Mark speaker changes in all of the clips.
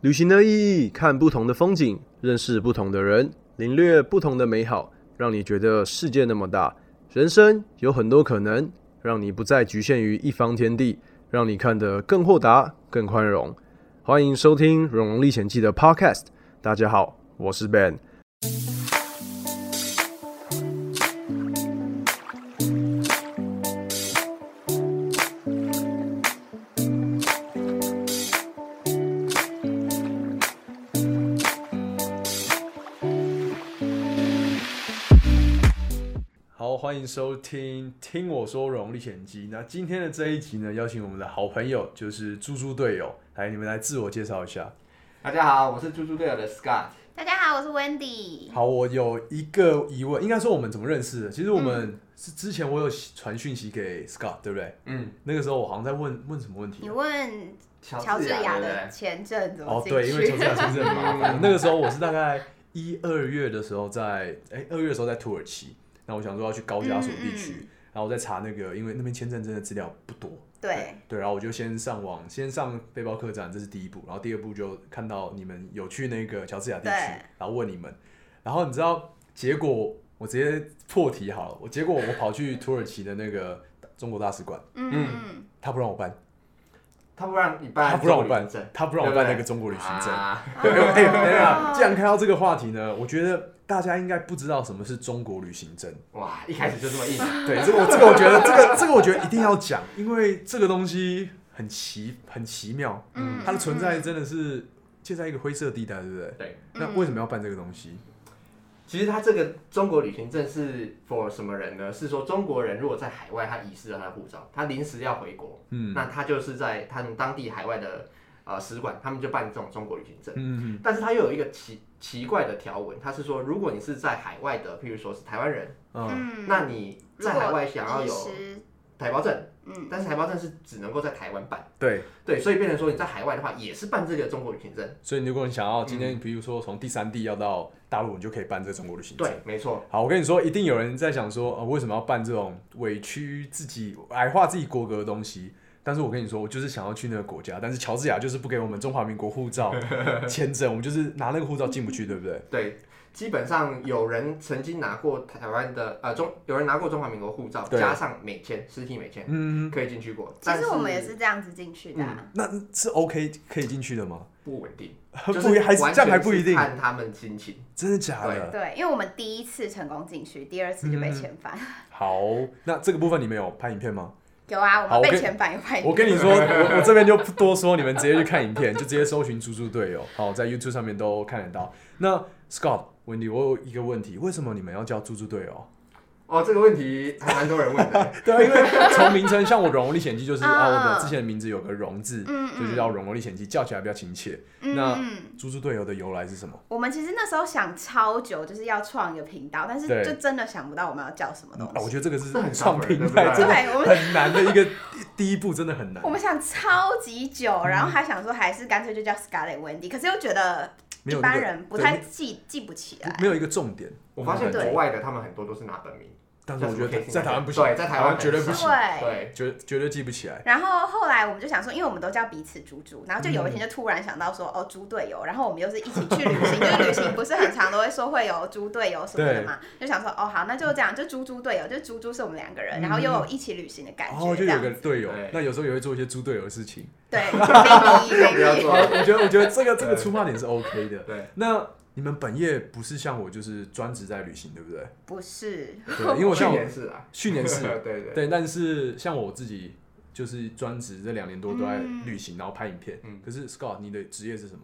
Speaker 1: 旅行的意义，看不同的风景，认识不同的人，领略不同的美好，让你觉得世界那么大，人生有很多可能，让你不再局限于一方天地，让你看得更豁达、更宽容。欢迎收听《荣荣历险记》的 Podcast。大家好，我是 Ben。好，欢迎收听《听我说荣历险记》。那今天的这一集呢，邀请我们的好朋友，就是猪猪队友，来，你们来自我介绍一下。
Speaker 2: 大家好，我是猪猪队友的 Scott。
Speaker 3: 大家好，我是 Wendy。
Speaker 1: 好，我有一个疑问，应该说我们怎么认识的？其实我
Speaker 3: 嗯
Speaker 1: 们是之前我有传讯息给 Scott，对不对？
Speaker 2: 嗯，
Speaker 1: 那个时候我好像在问问什么问题啊
Speaker 3: 你。问
Speaker 2: 乔
Speaker 3: 乔
Speaker 2: 治
Speaker 3: 治
Speaker 2: 亚
Speaker 3: 亚
Speaker 2: 对不
Speaker 3: 的
Speaker 2: 对？
Speaker 3: 前阵怎么
Speaker 1: 哦，
Speaker 3: 进去？
Speaker 1: 对，因为乔治亚先生很麻烦
Speaker 2: 嗯。
Speaker 1: 那个时候我是大概一二月的时候在，哎二月的时候在土耳其，那我想说要去高加索地区，
Speaker 3: 嗯嗯
Speaker 1: 然后我在查那个，因为那边签证真的资料不多。
Speaker 3: 对
Speaker 1: 对，然后我就先上网，先上背包客栈，这是第一步。然后第二步就看到你们有去那个乔治亚地区
Speaker 3: 对，
Speaker 1: 然后问你们，然后你知道结果，我直接破题好了。我结果我跑去土耳其的那个中国大使馆，
Speaker 3: 嗯，
Speaker 1: 他不让我办，
Speaker 2: 他不让你办，
Speaker 1: 他不让我办
Speaker 2: 证，，
Speaker 1: 他不让我办那个中国旅行证。
Speaker 2: 啊
Speaker 3: 嗯
Speaker 1: 对，哎、等一下，
Speaker 3: 哦
Speaker 1: 既然看到这个话题呢，我觉得大家应该不知道什么是中国旅行证。
Speaker 2: 哇，一开始就这么硬，啊
Speaker 1: 对，这个我这个我觉得这个这个我觉得一定要讲，因为这个东西很奇很奇妙。
Speaker 3: 嗯
Speaker 1: 它的存在真的是建在一个灰色地带，对不对？
Speaker 2: 对。
Speaker 1: 那
Speaker 3: 嗯
Speaker 1: 为什么要办这个东西？
Speaker 2: 其实他这个中国旅行证是 for 什么人呢？是说中国人如果在海外他遗失了他的护照，他临时要回国，
Speaker 1: 嗯
Speaker 2: 那他就是在他们当地海外的呃使馆，他们就办这种中国旅行证。
Speaker 1: 嗯
Speaker 2: 但是他又有一个奇奇怪的条文，他是说，如果你是在海外的，譬如说是台湾人，
Speaker 1: 嗯
Speaker 3: 嗯
Speaker 2: 那你在海外想要有台胞证，
Speaker 3: 嗯
Speaker 2: 但是台胞证是只能够在台湾办。
Speaker 1: 对。
Speaker 2: 对，所以变成说你在海外的话，也是办这个中国旅行证。
Speaker 1: 所以如果你想要今天，比如说从第三地要到大陆，你就可以办这中国旅行证。
Speaker 2: 对，没错，
Speaker 1: 好，我跟你说，一定有人在想说，呃，为什么要办这种委屈自己、矮化自己国格的东西？但是我跟你说，我就是想要去那个国家，但是乔治亚就是不给我们中华民国护照签证，我们就是拿那个护照进不去，对不 对？
Speaker 2: 对，基本上有人曾经拿过台湾的呃中，有人拿过中华民国护照，
Speaker 1: 对
Speaker 2: 加上美签，实体美签，
Speaker 1: 嗯，
Speaker 2: 可以进去过。
Speaker 3: 其
Speaker 2: 但
Speaker 3: 实我们也是这样子进去的啊。
Speaker 1: 那是 OK 可以进去的吗？
Speaker 2: 不稳定，
Speaker 1: 不
Speaker 2: 就是
Speaker 1: 还是
Speaker 2: 完
Speaker 1: 这样还
Speaker 2: 全
Speaker 1: 不一
Speaker 2: 是
Speaker 1: 定，
Speaker 2: 看他们心情。
Speaker 1: 真的假
Speaker 2: 嗯
Speaker 1: 的？
Speaker 3: 对，因为我们第一次成功进去，第二次就被遣返。
Speaker 1: 嗯好，那这个部分你们有拍影片吗？
Speaker 3: 有啊，我
Speaker 1: 好
Speaker 3: 们
Speaker 1: 我
Speaker 3: 被
Speaker 1: 跟
Speaker 3: 遣返一块。
Speaker 1: 我跟你说，我我这边就不多说，你们直接去看影片，就直接搜寻“猪猪队友”，好，在 YouTube 上面都看得到。那 Scott、Wendy，我有一个问题，为什么你们要叫“猪猪队友
Speaker 2: 哦，这个问题还蛮多人问的。”？
Speaker 1: 对啊，因为从名称，像我《荣荣历险记》就是
Speaker 3: 嗯
Speaker 1: 啊，我
Speaker 3: 嗯
Speaker 1: 们之前的名字有个“荣”字，
Speaker 3: 嗯
Speaker 1: 所以就叫《荣荣历险记》，叫起来比较亲切。
Speaker 3: 嗯
Speaker 1: 那
Speaker 3: 嗯
Speaker 1: “猪猪队友”的由来是什么？
Speaker 3: 我们其实那时候想超久，就是要创一个频道，但是
Speaker 1: 对
Speaker 3: 就真的想不到我们要叫什么东
Speaker 1: 啊，我
Speaker 3: 西。
Speaker 1: 觉得这个是
Speaker 2: 嗯这很
Speaker 1: 创
Speaker 2: cover，
Speaker 1: 平
Speaker 2: 对不
Speaker 1: 台
Speaker 2: 对
Speaker 1: 真的
Speaker 3: 对我们
Speaker 1: 很难的一个第一步，真的很难
Speaker 3: 我。们想超级
Speaker 1: 嗯
Speaker 3: 久，然后还想说还是干脆就叫 Scarlet Wendy，可是又觉得
Speaker 1: 没
Speaker 3: 一
Speaker 1: 有那个
Speaker 3: 般人不
Speaker 1: 对
Speaker 3: 太记记不起来。
Speaker 1: 没有一个重点。
Speaker 2: 我发现
Speaker 1: 对
Speaker 2: 国外的他们很多都是拿本名，
Speaker 1: 但是我觉
Speaker 2: 像什
Speaker 1: 得
Speaker 2: 么 Casey
Speaker 1: 在台湾不行，
Speaker 2: 对在台湾
Speaker 1: 绝对不
Speaker 2: 很
Speaker 1: 行
Speaker 2: 少，
Speaker 3: 对。
Speaker 2: 对，
Speaker 1: 绝绝对记不起来。
Speaker 3: 然后后来我们就想说，因为我们都叫彼此猪猪，然后就有
Speaker 1: 嗯
Speaker 3: 一天就突然想到说，哦，猪队友。然后我们又是一起去旅 行，就是旅行不是很常都会说会有猪队友什么的嘛，就想说，哦，好，那就这样，就猪猪队友，就猪猪是我们两个人，然后又有一起旅行的感
Speaker 1: 然
Speaker 3: 觉，
Speaker 1: 哦后就
Speaker 3: 这
Speaker 1: 有
Speaker 3: 样
Speaker 1: 个队友
Speaker 2: 对，
Speaker 1: 那有时候也会做一些猪队友的事情。
Speaker 3: 对
Speaker 2: 不要
Speaker 3: ，maybe
Speaker 2: 做
Speaker 3: maybe，
Speaker 1: 我觉得，我觉得这个这个出发点是 OK 的。
Speaker 2: 对，
Speaker 1: 那你们本业不是像我，就是专职在旅行，对不 对？
Speaker 3: 不是，
Speaker 1: 对，因为我
Speaker 2: 去
Speaker 1: 像我
Speaker 2: 年是啊，
Speaker 1: 去年是，
Speaker 2: 对对
Speaker 1: 对，但是像我自己就是专职这两年多都在旅行，然后拍影片。
Speaker 2: 嗯
Speaker 1: 可是 Scott，你的职业是什么？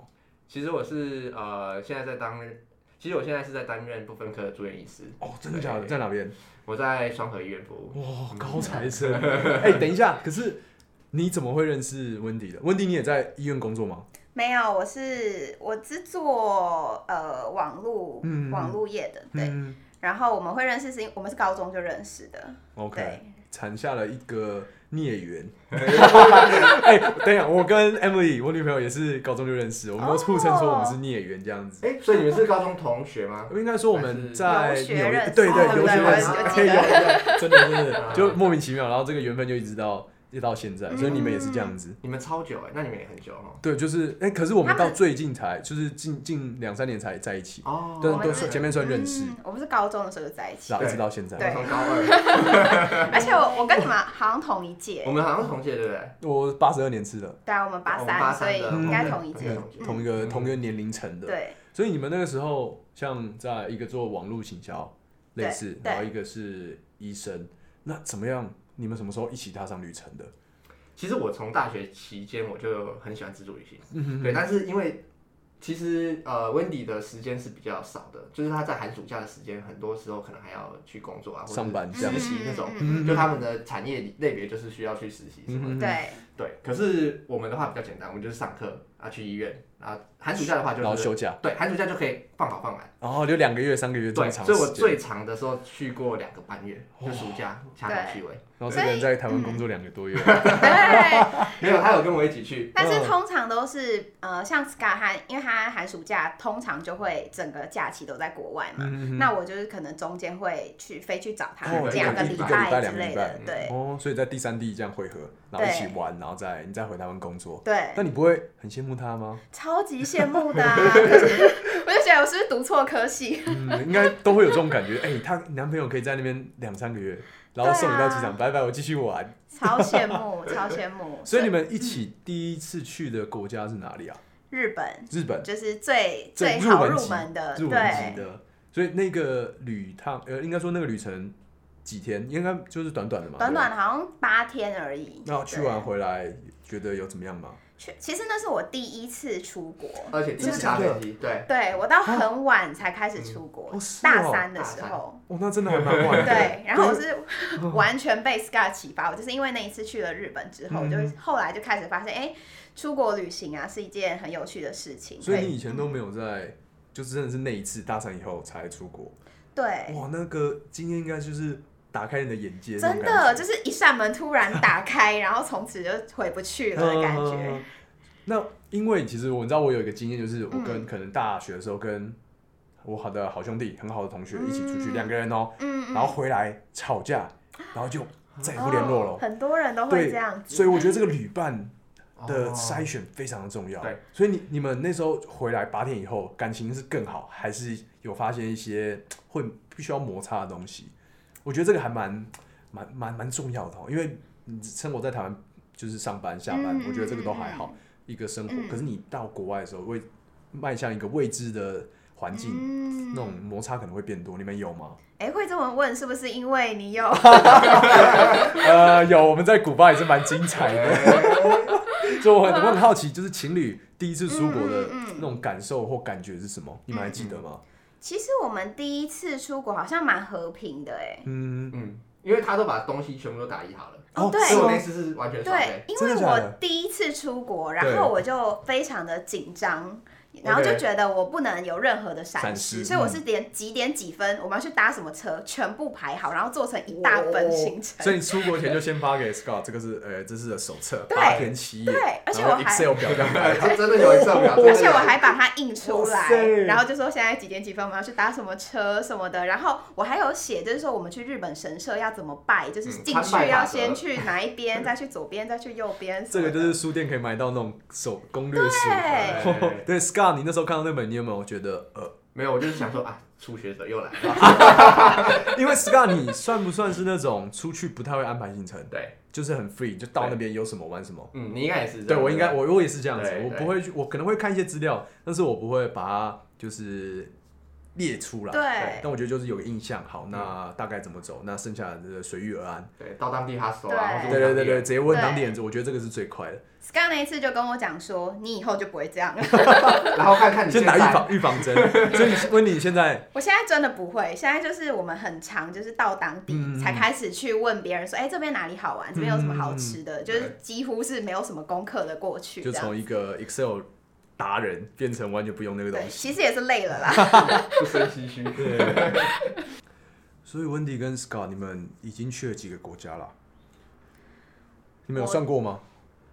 Speaker 2: 其实我是呃，现在在担任，其实我现在是在担任不分科的住院医师，
Speaker 1: 哦，真的假的？在哪边？
Speaker 2: 我在双河医院服务。
Speaker 1: 哇，高材生！ 哎，等一下，可是你怎么会认识温迪的？温迪，你也在医院工作吗？
Speaker 3: 没有，我是我是做呃网络、
Speaker 1: 嗯
Speaker 3: 网络业的，对。
Speaker 1: 嗯
Speaker 3: 然后我们会认识是因我们是高中就认识的
Speaker 1: ，OK，
Speaker 3: 对，
Speaker 1: 产下了一个孽缘。 哎、等一下，我跟 Emily，我女朋友也是高中就认识，我们都互称说我们是孽缘这样子。
Speaker 2: 哎、所以你们是高中同学吗？
Speaker 1: 应该说我们在
Speaker 3: 留学
Speaker 1: 纽约
Speaker 3: 认识
Speaker 1: 对对，
Speaker 2: 哦
Speaker 1: 留学
Speaker 2: 对我
Speaker 1: 认识，
Speaker 2: 我
Speaker 1: 哎有有真的真的
Speaker 2: 啊
Speaker 1: 就莫名其妙，然后这个缘分就一直到一直到现在，所以你们也是这样子。
Speaker 2: 你们超久哎，那你们也很久哦。
Speaker 1: 对，就是哎、可是我们
Speaker 3: 他
Speaker 1: 到
Speaker 3: 们
Speaker 1: 最近才，就是近近两三年才在一起，
Speaker 2: 哦，
Speaker 1: 但
Speaker 3: 我们
Speaker 1: 都
Speaker 3: 是
Speaker 1: 算前面算认识，
Speaker 3: 嗯，我们是高中的时候就在一起
Speaker 1: 然，后一直
Speaker 2: 对
Speaker 1: 到现在。
Speaker 3: 对
Speaker 2: 从高 二，
Speaker 3: 而且我我跟你们好像同一届
Speaker 2: 我，们好像同届对不对？
Speaker 1: 我八十二年次的，
Speaker 3: 对啊，我们八
Speaker 2: 我们
Speaker 3: 三，
Speaker 2: 八三
Speaker 3: 所以
Speaker 2: 的
Speaker 3: 应该同一
Speaker 2: 对
Speaker 3: 届
Speaker 2: 嗯。
Speaker 1: 同一个同一个年龄层的。
Speaker 3: 对，
Speaker 1: 所以你们那个时候，像在一个做网络行销
Speaker 3: 对
Speaker 1: 类似，
Speaker 3: 对
Speaker 1: 然后一个是医生，那怎么样？你们什么时候一起踏上旅程的？
Speaker 2: 其实我从大学期间我就很喜欢自助旅行，嗯
Speaker 1: 嗯
Speaker 2: 对，但是因为其实呃温迪的时间是比较少的，就是他在寒暑假的时间，很多时候可能还要去工作啊，或者
Speaker 1: 上班
Speaker 2: 实习那种，
Speaker 3: 嗯
Speaker 2: 就他们的产业类别就是需要去实习什么的。
Speaker 1: 嗯
Speaker 3: 对，
Speaker 2: 对，可是我们的话比较简单，我们就是上课啊，去医院，然后寒暑假的话就
Speaker 1: 然后
Speaker 2: 是
Speaker 1: 休假，
Speaker 2: 对，寒暑假就可以放好放满。
Speaker 1: 然后就两个月、三个月这么
Speaker 2: 对，
Speaker 1: 长
Speaker 2: 所
Speaker 1: 的
Speaker 2: 以我
Speaker 1: 时间，哦
Speaker 2: 最长的时候去过两个半月，就暑假掐头去尾。
Speaker 1: 然后这个人在台湾工作两个多月，
Speaker 3: 对，
Speaker 2: 没有，他有跟我一起去。
Speaker 3: 但是
Speaker 1: 嗯
Speaker 3: 通常都是呃，像 Scar 他，因为他寒暑假通常就会整个假期都在国外嘛，那我就是可能中间会去飞去找他
Speaker 1: 嗯哦
Speaker 3: 两个
Speaker 2: 一个
Speaker 3: 礼
Speaker 2: 一个礼
Speaker 1: 拜
Speaker 3: 之
Speaker 1: 两个
Speaker 3: 类
Speaker 1: 礼
Speaker 3: 的
Speaker 1: 拜，
Speaker 3: 对
Speaker 1: 哦，所以在第三地这样汇合，然后一起玩，然后再你再回台湾工作。
Speaker 3: 对，
Speaker 1: 那你不会很羡慕他吗？
Speaker 3: 超级羡 慕的啊、可是我就觉得我是不是读错科系？
Speaker 1: 嗯，应该都会有这种感觉。哎，她男朋友可以在那边两三个月，然
Speaker 3: 啊
Speaker 1: 后送你到机场，拜拜，我继续玩。
Speaker 3: 超羡 慕，超羡慕。
Speaker 1: 所以你们一起第一次去的国家是哪里啊？
Speaker 3: 日本
Speaker 1: 日本，
Speaker 3: 就是最
Speaker 1: 最
Speaker 3: 最
Speaker 1: 入
Speaker 3: 好
Speaker 1: 门
Speaker 3: 入
Speaker 1: 级
Speaker 3: 门的，
Speaker 1: 入门级
Speaker 3: 对，
Speaker 1: 的。所以那个旅趟，呃，应该说那个旅程几天，应该就是短短的嘛。
Speaker 3: 短短
Speaker 1: 对吧。
Speaker 3: 的好像八天而已。
Speaker 1: 那去
Speaker 3: 对
Speaker 1: 完回来，觉得有怎么样吗？
Speaker 3: 去，其实那是我第一次出国。
Speaker 2: 而且
Speaker 1: 真
Speaker 2: 这
Speaker 1: 的
Speaker 2: 是
Speaker 1: 假
Speaker 2: 搭
Speaker 1: 的
Speaker 2: 飞机，对，
Speaker 3: 对我到很晚才开始出国，
Speaker 1: 嗯哦是哦
Speaker 3: 大三的时
Speaker 2: 大
Speaker 3: 候。
Speaker 1: 哦，那真的还蛮晚的。
Speaker 3: 对，然后我是
Speaker 1: 哦
Speaker 3: 完全被 Scar 启发，我就是因为那一次去了日本之后，
Speaker 1: 嗯
Speaker 3: 就后来就开始发现，哎、出国旅行啊是一件很有趣的事情。
Speaker 1: 所以你以前都没有在，就是真的是那一次大三以后才出国。
Speaker 3: 对，
Speaker 1: 哇，那个经验应该就是打开你的眼界，
Speaker 3: 真的就是一扇门突然打开，然后从此就回不去了的感觉。
Speaker 1: 嗯那因为其实我知道我有一个经验，就是
Speaker 3: 嗯
Speaker 1: 我跟可能大学的时候跟我好的好兄弟、很好的同学一起出去，
Speaker 3: 嗯
Speaker 1: 两个人哦，
Speaker 3: 嗯，嗯
Speaker 1: 然后回来吵架，然后就再也不联络
Speaker 3: 哦
Speaker 1: 了。
Speaker 3: 很多人都会
Speaker 1: 对
Speaker 3: 这样，子。
Speaker 1: 所以我觉得这个旅伴的
Speaker 2: 哦
Speaker 1: 筛选非常的重要。
Speaker 2: 对，
Speaker 1: 所以你你们那时候回来八天以后，感情是更好，还是有发现一些会必须要摩擦的东西？我觉得这个还蛮蛮蛮蛮重要的哦，因为你生活在台湾就是上班下班，
Speaker 3: 嗯
Speaker 1: 我觉得这个都还好，一个生活。
Speaker 3: 嗯
Speaker 1: 可是你到国外的时候，会迈向一个未知的环境，
Speaker 3: 嗯
Speaker 1: 那种摩擦可能会变多。你们有吗？
Speaker 3: 哎、会这么问是不是因为你有？
Speaker 1: 呃，有，我们在古巴也是蛮精彩的。所以我很我很好奇，就是情侣第一次出国的
Speaker 3: 嗯嗯嗯
Speaker 1: 那种感受或感觉是什么？你们还记得吗？
Speaker 3: 其实我们第一次出国好像蛮和平的、哎。
Speaker 1: 嗯，
Speaker 2: 嗯，因为他都把东西全部都打理好了，
Speaker 3: 哦对
Speaker 2: 所以
Speaker 1: 是
Speaker 2: 我
Speaker 1: 吗
Speaker 2: 那次是完全耍
Speaker 3: 对
Speaker 2: 废，，
Speaker 3: 因
Speaker 1: 真
Speaker 3: 为
Speaker 1: 的假的
Speaker 3: 我第一次出国，
Speaker 1: 对
Speaker 3: 然后我就非常的紧张。然后就觉得我不能有任何的闪
Speaker 1: 闪失
Speaker 3: 失，所以我是点几点几分我们要去搭什么车，全部排好，然后做成一大份行程。
Speaker 1: 所以你出国前就先发给 Scott，这个是呃，这是手册，
Speaker 3: 对
Speaker 1: 八天七夜，
Speaker 3: 对而且
Speaker 1: 然后
Speaker 3: 我还
Speaker 1: Excel 表这样 摆。
Speaker 2: 对，真的有一次表，
Speaker 3: 而且我还把它印出
Speaker 1: 哇塞
Speaker 3: 来，然后就说现在几点几分我们要去搭什么车什么的，然后我还有写，就是说我们去日本神社要怎么拜，就是
Speaker 2: 嗯
Speaker 3: 进
Speaker 2: 参拜
Speaker 3: 去要
Speaker 2: 法则
Speaker 3: 先去哪一边，再去左边，再去右边
Speaker 1: 嗯
Speaker 3: 什
Speaker 1: 这
Speaker 3: 么
Speaker 1: 个
Speaker 3: 的。
Speaker 1: 就是书店可以买到那种手攻略书。
Speaker 2: 对
Speaker 1: 对 Scott，你那时候看到那本，你有没有觉得呃，
Speaker 2: 没有，我就是想说啊，初学者又来了，
Speaker 1: 因为 Scott 你算不算是那种出去不太会安排行程，
Speaker 2: 对，
Speaker 1: 就是很 free，就到那边有什么玩什么？
Speaker 2: 嗯，你应该也是这样，
Speaker 1: 对我应该我我也是这样子，
Speaker 2: 对
Speaker 1: 我
Speaker 2: 对
Speaker 1: 不会去，我可能会看一些资料，但是我不会把它就是列出来。
Speaker 3: 对
Speaker 1: 但我觉得就是有个印象，好，那大概怎么走，那剩下的随遇而安。
Speaker 2: 对，到当地哈手啊，
Speaker 3: 对
Speaker 2: 或
Speaker 1: 对
Speaker 2: 者
Speaker 1: 对对对，直接问
Speaker 3: 对
Speaker 1: 当地人，我觉得这个是最快的，
Speaker 3: Scar 那一次就跟我讲说，你以后就不会 这样了。
Speaker 2: 然后看看你
Speaker 1: 先
Speaker 2: 现
Speaker 1: 打预
Speaker 2: 在，
Speaker 1: 防预防针。所以你温妮，你现在
Speaker 3: 我现在真的不会，现在就是我们很常就是到当地
Speaker 1: 嗯
Speaker 3: 才开始去问别人说，哎、这边哪里好玩，这边有什么好吃的，就是几乎是没有什么功课的过去
Speaker 1: 嗯就
Speaker 3: 这样。
Speaker 1: 从一个 Excel 达人变成完全不用那个东
Speaker 3: 对，
Speaker 1: 西。
Speaker 3: 其实也是累了啦。
Speaker 2: 不生唏嘘。
Speaker 1: 对。所以温迪跟 Scott，你们已经去了几个国家了？你们有
Speaker 3: 我
Speaker 1: 算过吗？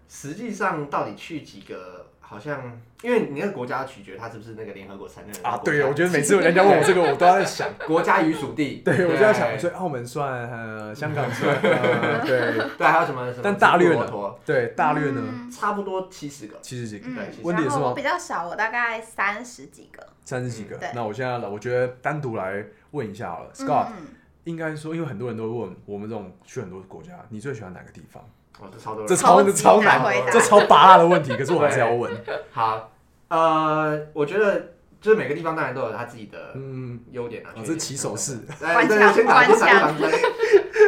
Speaker 2: 实际上到底去几个好像，因为你那个国家要取决它是不是那个联合国承认的
Speaker 1: 啊，
Speaker 2: 国
Speaker 1: 对，
Speaker 2: 家
Speaker 1: 我觉得每 次人家问我这个，我都在想，
Speaker 2: 国家与属地，
Speaker 1: 对我就在想，所以澳门算，呃，香 港算，呃对
Speaker 2: 对，还有什么什么
Speaker 1: 但大略呢
Speaker 2: 摩托，
Speaker 1: 对，大略呢
Speaker 3: 嗯
Speaker 2: 差不多七十个，
Speaker 1: 七十几个，
Speaker 3: 嗯
Speaker 2: 对其实
Speaker 1: 温迪也
Speaker 3: 然
Speaker 1: 是
Speaker 3: 后我
Speaker 1: 吗
Speaker 3: 比？较少，我大概三十几个。
Speaker 1: 三十几个
Speaker 3: 嗯对。
Speaker 1: 那我现在来，我觉得单独来问一下好了
Speaker 3: 嗯
Speaker 1: ，Scott，
Speaker 3: 嗯
Speaker 1: 应该说，因为很多人都问我们这种去很多国家，你最喜欢哪个地方？
Speaker 2: 哦，这超多人，
Speaker 1: 这超
Speaker 3: 超级
Speaker 1: 超
Speaker 3: 难
Speaker 1: 难
Speaker 3: 回，答
Speaker 1: 这超拔辣的问题，可是我还是要问。哦
Speaker 2: 好，呃，我觉得就是每个地方当然都有他自己的
Speaker 1: 嗯，
Speaker 2: 优点啊，
Speaker 1: 哦，
Speaker 2: 缺
Speaker 1: 这
Speaker 2: 点
Speaker 1: 起手式，
Speaker 2: 哎对
Speaker 3: 关
Speaker 2: 先打
Speaker 3: 枪
Speaker 2: 先打
Speaker 3: 关
Speaker 2: 先打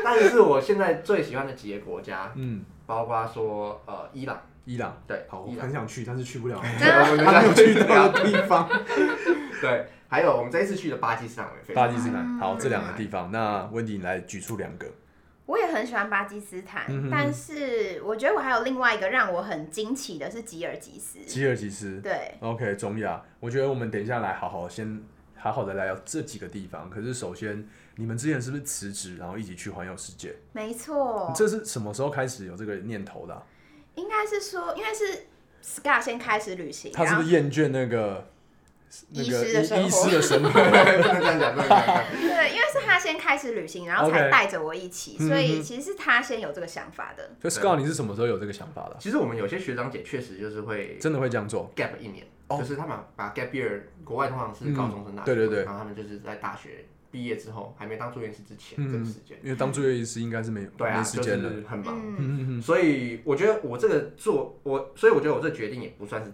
Speaker 2: 但是我现在最喜欢的几个国家，
Speaker 1: 嗯，
Speaker 2: 包括说呃伊朗，
Speaker 1: 伊朗，
Speaker 2: 对，
Speaker 1: 好，我
Speaker 2: 伊朗
Speaker 1: 很，想去，但是去不了，
Speaker 2: 对
Speaker 1: 他没有去到的地方。
Speaker 2: 对，还有我们这一次去的巴基斯坦，我也非
Speaker 1: 巴
Speaker 2: 常
Speaker 1: 基斯坦，
Speaker 3: 嗯
Speaker 1: 好，这两个地方，那温迪你来举出两个，
Speaker 3: 我也很喜欢巴基斯坦，
Speaker 1: 嗯哼
Speaker 3: 但是我觉得我还有另外一个让我很惊奇的是吉尔吉斯。
Speaker 1: 吉尔吉斯
Speaker 3: 对，
Speaker 1: ，OK，中亚，我觉得我们等一下来好好先好好的来聊这几个地方。可是首先，你们之前是不是辞职，然后一起去环游世界？
Speaker 3: 没错
Speaker 1: 你，这是什么时候开始有这个念头的啊、
Speaker 3: 应该是说，因为是 Scar 先开始旅行，
Speaker 1: 他是
Speaker 3: 然
Speaker 1: 不
Speaker 3: 后
Speaker 1: 是厌倦那 个那
Speaker 3: 医
Speaker 1: 个
Speaker 3: 师的生
Speaker 1: 医
Speaker 3: 活
Speaker 1: 医师的生 活？
Speaker 2: 不能这样讲，不能这样讲。
Speaker 3: 对，因为是他先开始旅行，然后
Speaker 1: OK
Speaker 3: 才带着我一起，
Speaker 1: 嗯
Speaker 3: 所以
Speaker 1: 哼
Speaker 3: 其实是他先有这个想法的。
Speaker 1: 所以 Scott，你是什么时候有这个想法的？
Speaker 2: 其实我们有些学长姐确实就是会
Speaker 1: 真的会这样做？
Speaker 2: gap 一年，
Speaker 1: 哦
Speaker 2: 就是他们把 gap year，国外通常是高中生大
Speaker 1: 嗯
Speaker 2: 学嘛，
Speaker 1: 对对对
Speaker 2: 然后他们就是在大学毕业之后，还没当住院医师之前这个时间，
Speaker 1: 因为当住院医师应该是没有
Speaker 2: 对啊，
Speaker 1: 嗯没时间
Speaker 2: 就
Speaker 1: 了。
Speaker 2: 是很忙，
Speaker 3: 嗯，
Speaker 1: 嗯嗯
Speaker 2: 所以我觉得我这个做我，所以我觉得我这决定也不算是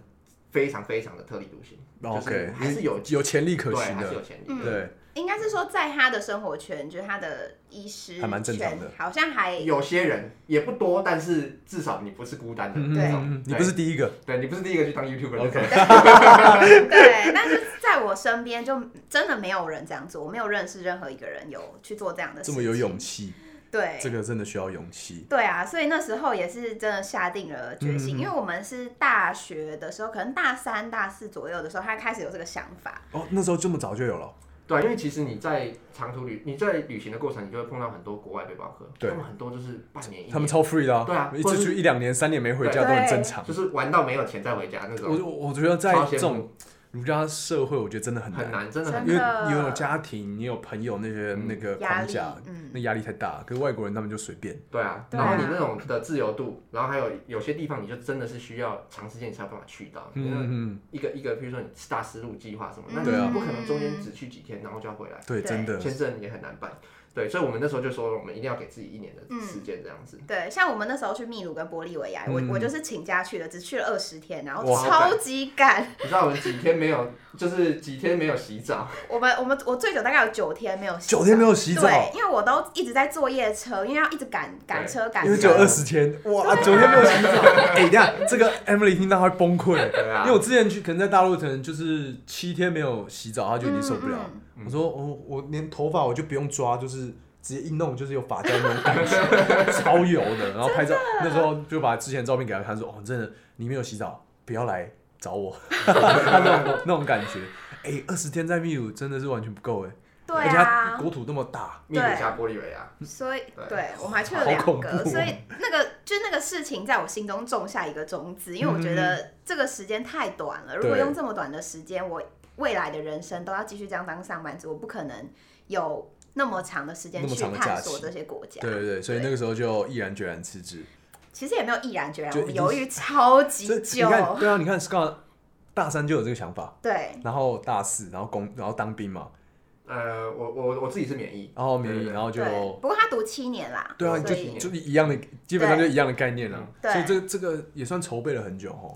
Speaker 2: 非常非常的特立独行，
Speaker 1: 嗯
Speaker 2: 就是
Speaker 1: ，OK，
Speaker 2: 还是有
Speaker 1: 嗯有潜力可
Speaker 2: 对，
Speaker 1: 循
Speaker 2: 还是有
Speaker 1: 的，
Speaker 2: 潜力
Speaker 3: 嗯
Speaker 2: 的。
Speaker 1: 对，
Speaker 3: 应该是说在他的生活圈，就是他的医师
Speaker 1: 还蛮正常
Speaker 3: 圈
Speaker 1: 的
Speaker 3: 好像还
Speaker 2: 有些人也不多，但是至少你不是孤单的
Speaker 1: 嗯
Speaker 2: 那种
Speaker 1: 嗯，你不是第一个
Speaker 2: 对，你不是第一个去当 YouTuber 的
Speaker 1: OK
Speaker 3: 对，但是在我身边就真的没有人这样做，我没有认识任何一个人有去做这样的事
Speaker 1: 这
Speaker 3: 情。
Speaker 1: 么有勇气，
Speaker 3: 对，
Speaker 1: 这个真的需要勇气。
Speaker 3: 对啊，所以那时候也是真的下定了决心，
Speaker 1: 嗯
Speaker 3: 因为我们是大学的时候，可能大三、大四左右的时候，他开始有这个想法。
Speaker 1: 哦，那时候这么早就有了，
Speaker 2: 对，啊因为其实你在长途旅你在旅行的过程，你就会碰到很多国外背包客，
Speaker 1: 对
Speaker 2: 他们很多就是半年一年，
Speaker 1: 他们超 free 的、
Speaker 2: 对啊
Speaker 1: 一
Speaker 2: 或者
Speaker 1: 直
Speaker 2: 是
Speaker 1: 去一两年、三年没回家都很正常
Speaker 2: 就。是玩到没有钱再回家那
Speaker 1: 我
Speaker 2: 种，
Speaker 1: 就我觉得在
Speaker 2: 超羡慕
Speaker 1: 这种儒家社会，我觉得真的很
Speaker 2: 很
Speaker 1: 难，
Speaker 2: 难，真的很
Speaker 1: 因
Speaker 3: 真
Speaker 1: 为
Speaker 2: 难。
Speaker 3: 的
Speaker 1: 你有家庭，你有朋友那些
Speaker 2: 嗯
Speaker 1: 那个
Speaker 3: 压
Speaker 1: 呃框
Speaker 3: 力
Speaker 1: 架，，
Speaker 3: 嗯，
Speaker 1: 那压力太大。可是外国人他们就随便，
Speaker 2: 对啊，
Speaker 3: 对啊
Speaker 2: 然后你那种的自由度，然后还有有些地方你就真的是需要长时间你才有办法去到，嗯、
Speaker 1: 嗯嗯，
Speaker 2: 一个一个，比如说你大丝路计划什么，那
Speaker 3: 嗯
Speaker 2: 你
Speaker 1: 对啊
Speaker 2: 不可能中间只去几天然后就要回来，
Speaker 1: 对，
Speaker 3: 对
Speaker 1: 真的，
Speaker 2: 签证也很难办。对，所以我们那时候就说，我们一定要给自己一年的
Speaker 3: 嗯
Speaker 2: 时间这样子。
Speaker 3: 对，像我们那时候去秘鲁跟玻利维亚，
Speaker 1: 嗯
Speaker 3: 我我就是请假去的，只去了二十天，然后
Speaker 2: 哇
Speaker 3: 超级赶。
Speaker 2: 你知道我们几天没有，就是几天没有 洗澡，
Speaker 3: 我们我们我最久大概有九天没有洗澡
Speaker 1: 九天没有洗澡，
Speaker 3: 对，因为我都一直在坐夜车，因为要一直赶赶车赶
Speaker 1: 因为
Speaker 3: 车
Speaker 1: 只有二十天，哇，九天没有洗澡。 哎，等一下这个 Emily 听到会崩溃，
Speaker 2: 对啊
Speaker 1: 因为我之前去可能在大陆可能就是七天没有洗澡，她就已经受不了。
Speaker 3: 嗯
Speaker 1: 我说我我连头发我就不用抓，就是直接一弄就是有发胶那种感 觉，超油的。然后拍照那时候就把之前的照片给他看，说哦，真的你没有洗澡，不要来找 我，他那种那种感觉。哎、二十天在秘鲁真的是完全不够哎、
Speaker 3: 对
Speaker 1: 而且它
Speaker 3: 啊，
Speaker 1: 国土那么大，
Speaker 2: 秘鲁加玻利维亚，
Speaker 3: 所以
Speaker 2: 对
Speaker 3: 对我们还去了
Speaker 1: 好
Speaker 3: 两
Speaker 1: 恐
Speaker 3: 个，
Speaker 1: 怖哦
Speaker 3: 所以那个就那个事情在我心中种下一个种子，因为我觉得这个时间太短了，如果
Speaker 1: 嗯对
Speaker 3: 用这么短的时间，我未来的人生都要继续这样当上班族，我不可能有那么长的时间
Speaker 1: 那么
Speaker 3: 去
Speaker 1: 长的假
Speaker 3: 探
Speaker 1: 期
Speaker 3: 索这些国家。
Speaker 1: 对对对，所以那个时候就毅然决然辞职。
Speaker 3: 其实也没有毅然决然，
Speaker 1: 就
Speaker 3: 我
Speaker 1: 已
Speaker 3: 们
Speaker 1: 经
Speaker 3: 犹豫超级
Speaker 1: 所以你
Speaker 3: 久。
Speaker 1: 看，对啊，你看 Scott 大三就有这个想法，
Speaker 3: 对，
Speaker 1: 然后大四，然后工，然后当兵嘛，
Speaker 2: 呃，我我我自己是免疫，
Speaker 1: 然后免
Speaker 2: 对
Speaker 1: 疫，
Speaker 2: 对
Speaker 1: 然后就
Speaker 3: 对，不过他读七年啦，
Speaker 1: 对啊，
Speaker 3: 所
Speaker 1: 就
Speaker 3: 以
Speaker 1: 就一样的，基本上就一样的概念了。
Speaker 3: 对
Speaker 1: 所以这这个也算筹备了很久哦，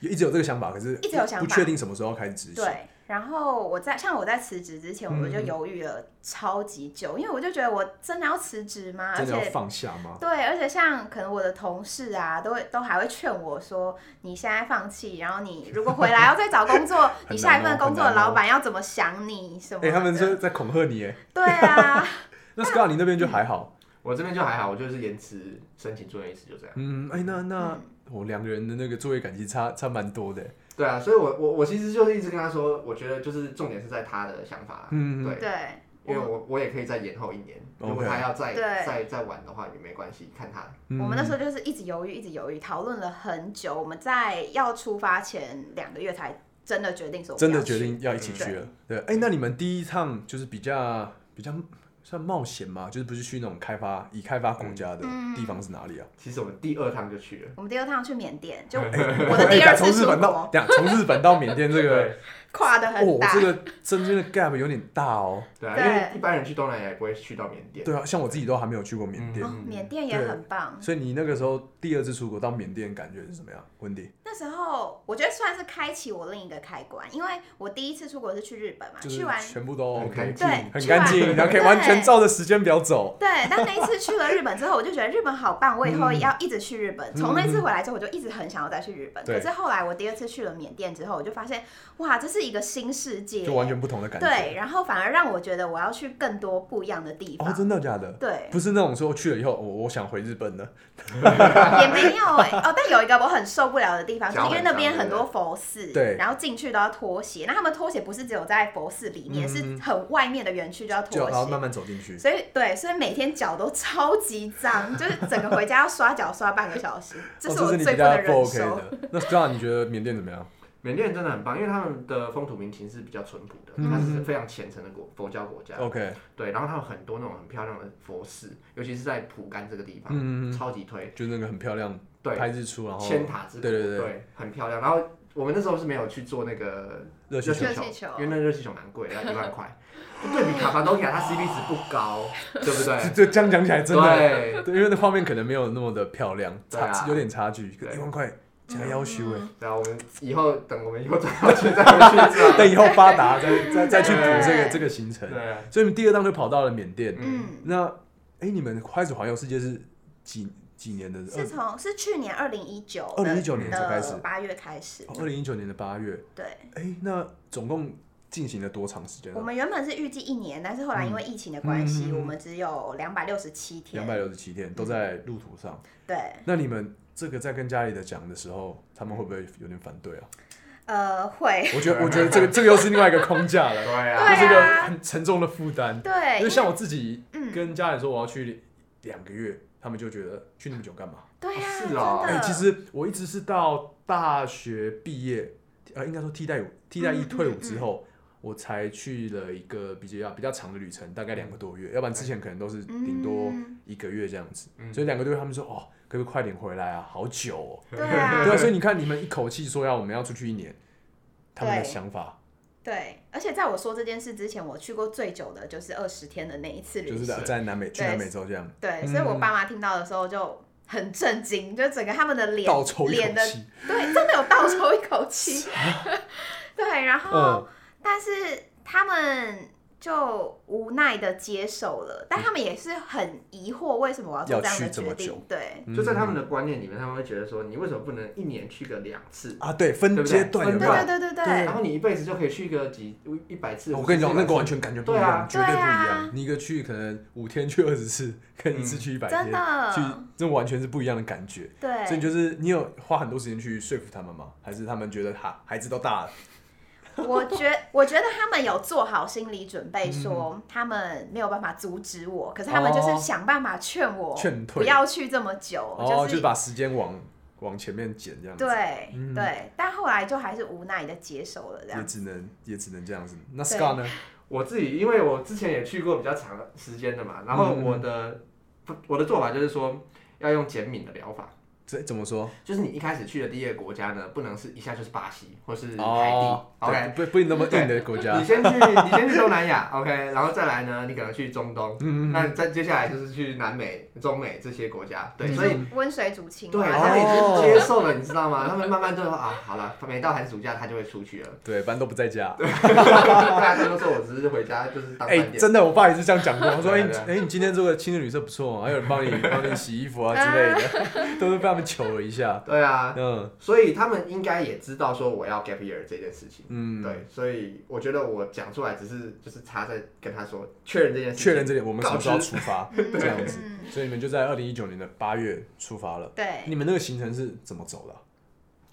Speaker 1: 也一直有这个想法，可是
Speaker 3: 一直有想法
Speaker 1: 不确定什么时候要开始执行。
Speaker 3: 对，然后我在像我在辞职之前，我就
Speaker 1: 嗯
Speaker 3: 犹豫了超级久，因为我就觉得我真的要辞职吗？啊而
Speaker 1: 真的要
Speaker 3: 且
Speaker 1: 放下吗？
Speaker 3: 对，而且像可能我的同事啊，都会都还会劝我说，你现在放弃，然后你如果回来要再找工作
Speaker 1: ，很
Speaker 3: 你下一
Speaker 1: 难哦很
Speaker 3: 份工作
Speaker 1: 难
Speaker 3: 的
Speaker 1: 哦
Speaker 3: 老板要怎么想你什么
Speaker 1: 哎、
Speaker 3: 的？
Speaker 1: 他们是在恐吓你哎。
Speaker 3: 对啊，
Speaker 1: 那 Scott 你那边就还好，
Speaker 2: 我这边就还好，我就是延迟申请住院医师就这样。
Speaker 1: 嗯，哎、那那
Speaker 3: 嗯
Speaker 1: 我两个人的那个作业感其实差差蛮多的。
Speaker 2: 对啊，所以我我我其实就是一直跟他说，我觉得就是重点是在他的想法啦，
Speaker 1: 嗯
Speaker 2: 对，
Speaker 3: 对，
Speaker 2: 因为我我也可以再延后一年，如果
Speaker 1: OK
Speaker 2: 他要再
Speaker 3: 对
Speaker 2: 再再晚的话也没关系，看他。
Speaker 3: 我们那时
Speaker 1: 候
Speaker 3: 候就是一直犹豫，一直犹豫，讨论了很久。我们在要出发前两个月才真的决定说我们
Speaker 1: 真的
Speaker 3: 要去
Speaker 1: 决定要一起去了。对，哎、那你们第一趟就是比较比较算冒险嘛，就是不是去那种开发已开发国家的
Speaker 3: 嗯
Speaker 1: 地方是哪里啊？
Speaker 2: 其实我们第二趟就去了，
Speaker 3: 我们第二趟去缅甸， 就
Speaker 1: 我
Speaker 3: 我的第二次
Speaker 1: 哎从日
Speaker 3: 出
Speaker 1: 本到
Speaker 3: 国，
Speaker 1: 等一下从日本到缅甸这个，
Speaker 3: 跨的
Speaker 1: 哦
Speaker 3: 很，大
Speaker 1: 这。个中间的 gap 有点大哦。
Speaker 2: 对啊，
Speaker 3: 对
Speaker 2: 因为一般人去东南亚也不会去到缅甸，
Speaker 1: 对啊，像我自己都还没有去过缅甸
Speaker 3: 哦，缅甸也很棒。
Speaker 1: 所以你那个时候第二次出国到缅甸，感觉是怎么样？温迪
Speaker 3: 那时候我觉得算是开启我另一个开关，因为我第一次出国是去日本嘛，
Speaker 1: 就
Speaker 3: 啊去
Speaker 1: 是
Speaker 3: 完
Speaker 1: 全部都
Speaker 2: 很干
Speaker 1: OK，
Speaker 2: 净
Speaker 3: 对，
Speaker 1: 很
Speaker 3: 去
Speaker 1: 干
Speaker 3: 完
Speaker 1: 净，然后可以完全
Speaker 3: 对
Speaker 1: 照着时间表走。
Speaker 3: 对，但那一次去了日本之后，我就觉得日本好棒，我以
Speaker 1: 嗯
Speaker 3: 后要一直去日本。从那次回来之后，我就一直很想要再去日本。
Speaker 1: 对
Speaker 3: 可是后来我第二次去了缅甸之后，我就发现，哇，这是一个新世界，
Speaker 1: 就完全不同的感觉。
Speaker 3: 对，然后反而让我觉得我要去更多不一样的地
Speaker 1: 哦，
Speaker 3: 方。
Speaker 1: 真的假的？
Speaker 3: 对，
Speaker 1: 不是那种说去了以后，哦我我想回日本的，
Speaker 3: 也没有哎、哦，但有一个我很受不了的地方，就是因为那边很多佛寺，
Speaker 1: 对
Speaker 3: 然后进去都要脱鞋，那他们脱鞋不是只有在佛寺里面，
Speaker 1: 嗯
Speaker 3: 是很外面的园区就要
Speaker 1: 就
Speaker 3: 脱
Speaker 1: 然后慢
Speaker 3: 鞋，
Speaker 1: 慢走进去。
Speaker 3: 所以对，所以每天脚都超级 脏，就是整个回家要刷脚刷半个小时，
Speaker 1: 哦，
Speaker 3: 是我
Speaker 1: 是你
Speaker 3: 最
Speaker 1: 比较
Speaker 3: 的
Speaker 1: 不
Speaker 3: 忍
Speaker 1: OK
Speaker 3: 受。
Speaker 1: 的。那啊 Star，你觉得缅甸怎么 样？
Speaker 2: 缅甸人真的很棒，因为他们的风土民情是比较淳朴的，
Speaker 1: 嗯哦
Speaker 2: 它是非常虔诚的国佛教国家。
Speaker 3: 啊
Speaker 1: OK，
Speaker 2: 对，然后他们很多那种很漂亮的佛寺，尤其是在蒲甘这个地方，
Speaker 1: 嗯嗯嗯
Speaker 2: 超级推。
Speaker 1: 就那个很漂亮，
Speaker 2: 对，
Speaker 1: 拍日出，然后
Speaker 2: 千塔之国
Speaker 1: 对对对
Speaker 2: 很漂亮。然后我们那时候是没有去做那个
Speaker 1: 热气球
Speaker 3: 热气球
Speaker 2: 因为那热气球蛮贵，要一万块。 就对比卡巴多亚，它 CP 值不 高，对不对？
Speaker 1: 这这样讲起来真的，
Speaker 2: 对，
Speaker 1: 对，因为那画面可能没有那么的漂亮，
Speaker 2: 对啊
Speaker 1: 差有点差距，
Speaker 2: 对嗯
Speaker 1: 一万块
Speaker 3: 嗯
Speaker 1: 加要修哎。
Speaker 2: 然后啊我们以后等我们以后转到去 再回去做。
Speaker 1: 欸等以后发达再再再去补这个
Speaker 3: 对
Speaker 1: 这个行程。
Speaker 2: 对，
Speaker 1: 所以你们第二趟就跑到了缅甸。
Speaker 2: 嗯，
Speaker 3: 嗯，
Speaker 1: 那哎，你们开始环游世界是几几年的？
Speaker 3: 嗯是从是去年二零一九
Speaker 1: 二零一九年才开始哦
Speaker 3: 的。八月开始，
Speaker 1: 二零一九年的八月，
Speaker 3: 对。
Speaker 1: 哎、那总共进行了多长时间
Speaker 3: 我
Speaker 1: 啊？
Speaker 3: 们原本是预计一年，但是后来因为疫情的关
Speaker 1: 嗯
Speaker 3: 系，
Speaker 1: 嗯嗯
Speaker 3: 我们只有两百六十七天
Speaker 1: 两。百六十七天都在路途上。
Speaker 3: 对，
Speaker 1: 那你们这个在跟家里的讲的时候，他们会不会有点反对啊？
Speaker 3: 呃，会，
Speaker 1: 我觉得，我觉得这个这个又是另外一个框架了，
Speaker 2: 对
Speaker 1: 这
Speaker 2: 啊，
Speaker 1: 是一个
Speaker 3: 对啊
Speaker 1: 很沉重的负担。因为
Speaker 3: 对，
Speaker 1: 像我自己
Speaker 3: 哎嗯
Speaker 1: 跟家人说我要去两个月，他们就觉得去那么久干嘛？
Speaker 3: 对呀、
Speaker 2: 是哦
Speaker 3: 真
Speaker 1: 哎、
Speaker 3: 的。
Speaker 1: 其实我一直是到大学毕业，呃，应该说替代替
Speaker 3: 嗯
Speaker 1: 代役退伍之后，我才去了一个比较比较长的旅程，大概两个多月，要不然之前可能都是顶多
Speaker 3: 嗯
Speaker 1: 一个月这样子。
Speaker 2: 嗯
Speaker 1: 所以两个多月，他们说哦，可不可以快点回来啊？好久哦。
Speaker 3: 对啊，
Speaker 1: 对啊，所以你看，你们一口气说要我们要出去一年，他们的
Speaker 3: 对
Speaker 1: 想法
Speaker 3: 对，而且在我说这件事之前，我去过最久的就是二十天的那一次旅
Speaker 1: 就
Speaker 3: 行。
Speaker 1: 是在嗯在南美去
Speaker 3: 对
Speaker 1: 南美洲这样
Speaker 3: 对，所以我爸妈听到的时候就很震惊，就整个他们的脸
Speaker 1: 倒抽一
Speaker 3: 脸
Speaker 1: 口
Speaker 3: 的
Speaker 1: 气。啊
Speaker 3: 对，真的有倒抽一口气。 对，然后、
Speaker 1: 嗯
Speaker 3: 但是他们就无奈的接受了，但他们也是很疑惑，为什么我要做
Speaker 1: 要
Speaker 3: 这样
Speaker 1: 去
Speaker 3: 的
Speaker 1: 这么
Speaker 3: 决定
Speaker 1: 久？
Speaker 3: 对，
Speaker 2: 就在他们的观念里面，他们会觉得说，你为什么不能一年去个两次？
Speaker 1: 啊，对，分
Speaker 2: 对不对
Speaker 1: 阶段有
Speaker 2: 分
Speaker 3: 对
Speaker 1: 没
Speaker 2: 段
Speaker 1: 有？
Speaker 3: 对对对对
Speaker 2: 然后你一辈子就可以去个几一百次。
Speaker 1: 哎我跟你讲，
Speaker 2: 50
Speaker 1: 那
Speaker 2: 次
Speaker 1: 个完全感觉不一样，
Speaker 2: 对啊
Speaker 1: 绝对不一
Speaker 3: 对
Speaker 1: 样。
Speaker 3: 啊
Speaker 1: 你一个去可能五天去二十次，跟一次
Speaker 2: 嗯
Speaker 1: 去一百天，
Speaker 3: 真的
Speaker 1: 去这完全是不一样的感觉。
Speaker 3: 对，
Speaker 1: 所以就是你有花很多时间去说服他们吗？还是他们觉得哈孩子都大了，
Speaker 3: 我觉我觉得他们有做好心理准备，
Speaker 1: 嗯
Speaker 3: 说他们没有办法阻止我，可是他们就是
Speaker 1: 哦
Speaker 3: 想办法劝我，
Speaker 1: 劝退
Speaker 3: 不要去这么久，
Speaker 1: 哦，就是是把时间往往前面减这样子，
Speaker 3: 对、
Speaker 1: 嗯
Speaker 3: 对，但后来就还是无奈的接受了这
Speaker 1: 也
Speaker 3: 样。
Speaker 1: 只能也只能这样子。那
Speaker 3: 对
Speaker 1: Scar 呢？
Speaker 2: 我自己，因为我之前也去过比较长时间的嘛，然后
Speaker 1: 嗯
Speaker 2: 我的、不我的做法就是说要用减敏的疗法，
Speaker 1: 这怎么说？
Speaker 2: 就是你一开始去的第一个国家呢，不能是一下就是巴西或是海地、
Speaker 1: 哦啊
Speaker 2: o k
Speaker 1: 对不不不那么硬的国家
Speaker 2: 你，先去，你先去东南亚，OK，然后再来呢，你可能去中东，
Speaker 1: 嗯
Speaker 2: 那再接下来就是去南美、中美这些国家，
Speaker 1: 嗯
Speaker 2: 对，
Speaker 3: 就
Speaker 2: 所以
Speaker 3: 是温水煮青
Speaker 2: 对，
Speaker 3: 蛙
Speaker 2: 他
Speaker 3: 这
Speaker 2: 们
Speaker 3: 样
Speaker 2: 已
Speaker 1: 哦
Speaker 2: 经接受了，你知道吗？他们慢慢就说啊，好了，每到寒暑假他就会出去 了。
Speaker 1: 对，反正都不在家。
Speaker 2: 大家都说我只是回家就是当
Speaker 1: 哎
Speaker 2: 饭，店，
Speaker 1: 真的，我爸也是这样讲 过，他说：“哎
Speaker 2: 对啊对啊
Speaker 1: 哎，你今天这个青年旅社不错哦，还有人 帮你帮你洗衣服啊之类的， 都是被他们求了一下。”
Speaker 2: 对啊，
Speaker 1: 嗯
Speaker 2: 所以他们应该也知道说我要 gap year 这件事情。
Speaker 1: 嗯，
Speaker 2: 对，所以我觉得我讲出来只是就是他在跟他说确认这件事情，
Speaker 1: 确认这点，我们什么时候
Speaker 2: 告知
Speaker 1: 出发这 样子？所以你们就在二零一九年的八月出发了。
Speaker 3: 嗯对
Speaker 1: 你们那个行程是怎么走的啊？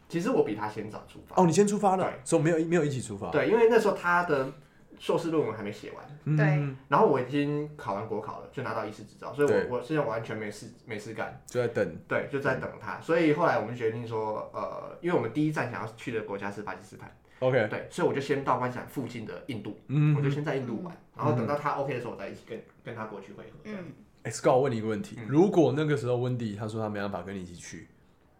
Speaker 2: 其实我比他先早出发。
Speaker 1: 哦，你先出发了
Speaker 2: 对，
Speaker 1: 所以没有没有一起出发。
Speaker 2: 对，因为那时候他的硕士论文还没写完，
Speaker 1: 嗯
Speaker 3: 对，
Speaker 2: 然后我已经考完国考了，就拿到医师执照，所以
Speaker 1: 对
Speaker 2: 我我现在完全没事没事干，
Speaker 1: 就在等，
Speaker 2: 对，就在等他。所以后来我们决定说，呃，因为我们第一站想要去的国家是巴基斯坦，
Speaker 1: OK，
Speaker 2: 对，所以我就先到关闪附近的印度，
Speaker 1: 嗯
Speaker 2: 我就先在印度玩，然后等到他 OK 的时候，我再一起跟跟他过去会合。这样
Speaker 3: 嗯，
Speaker 1: 哎，Scott，我问你一个问
Speaker 2: 嗯
Speaker 1: 题，如果那个时候温迪他说他没办法跟你一起去，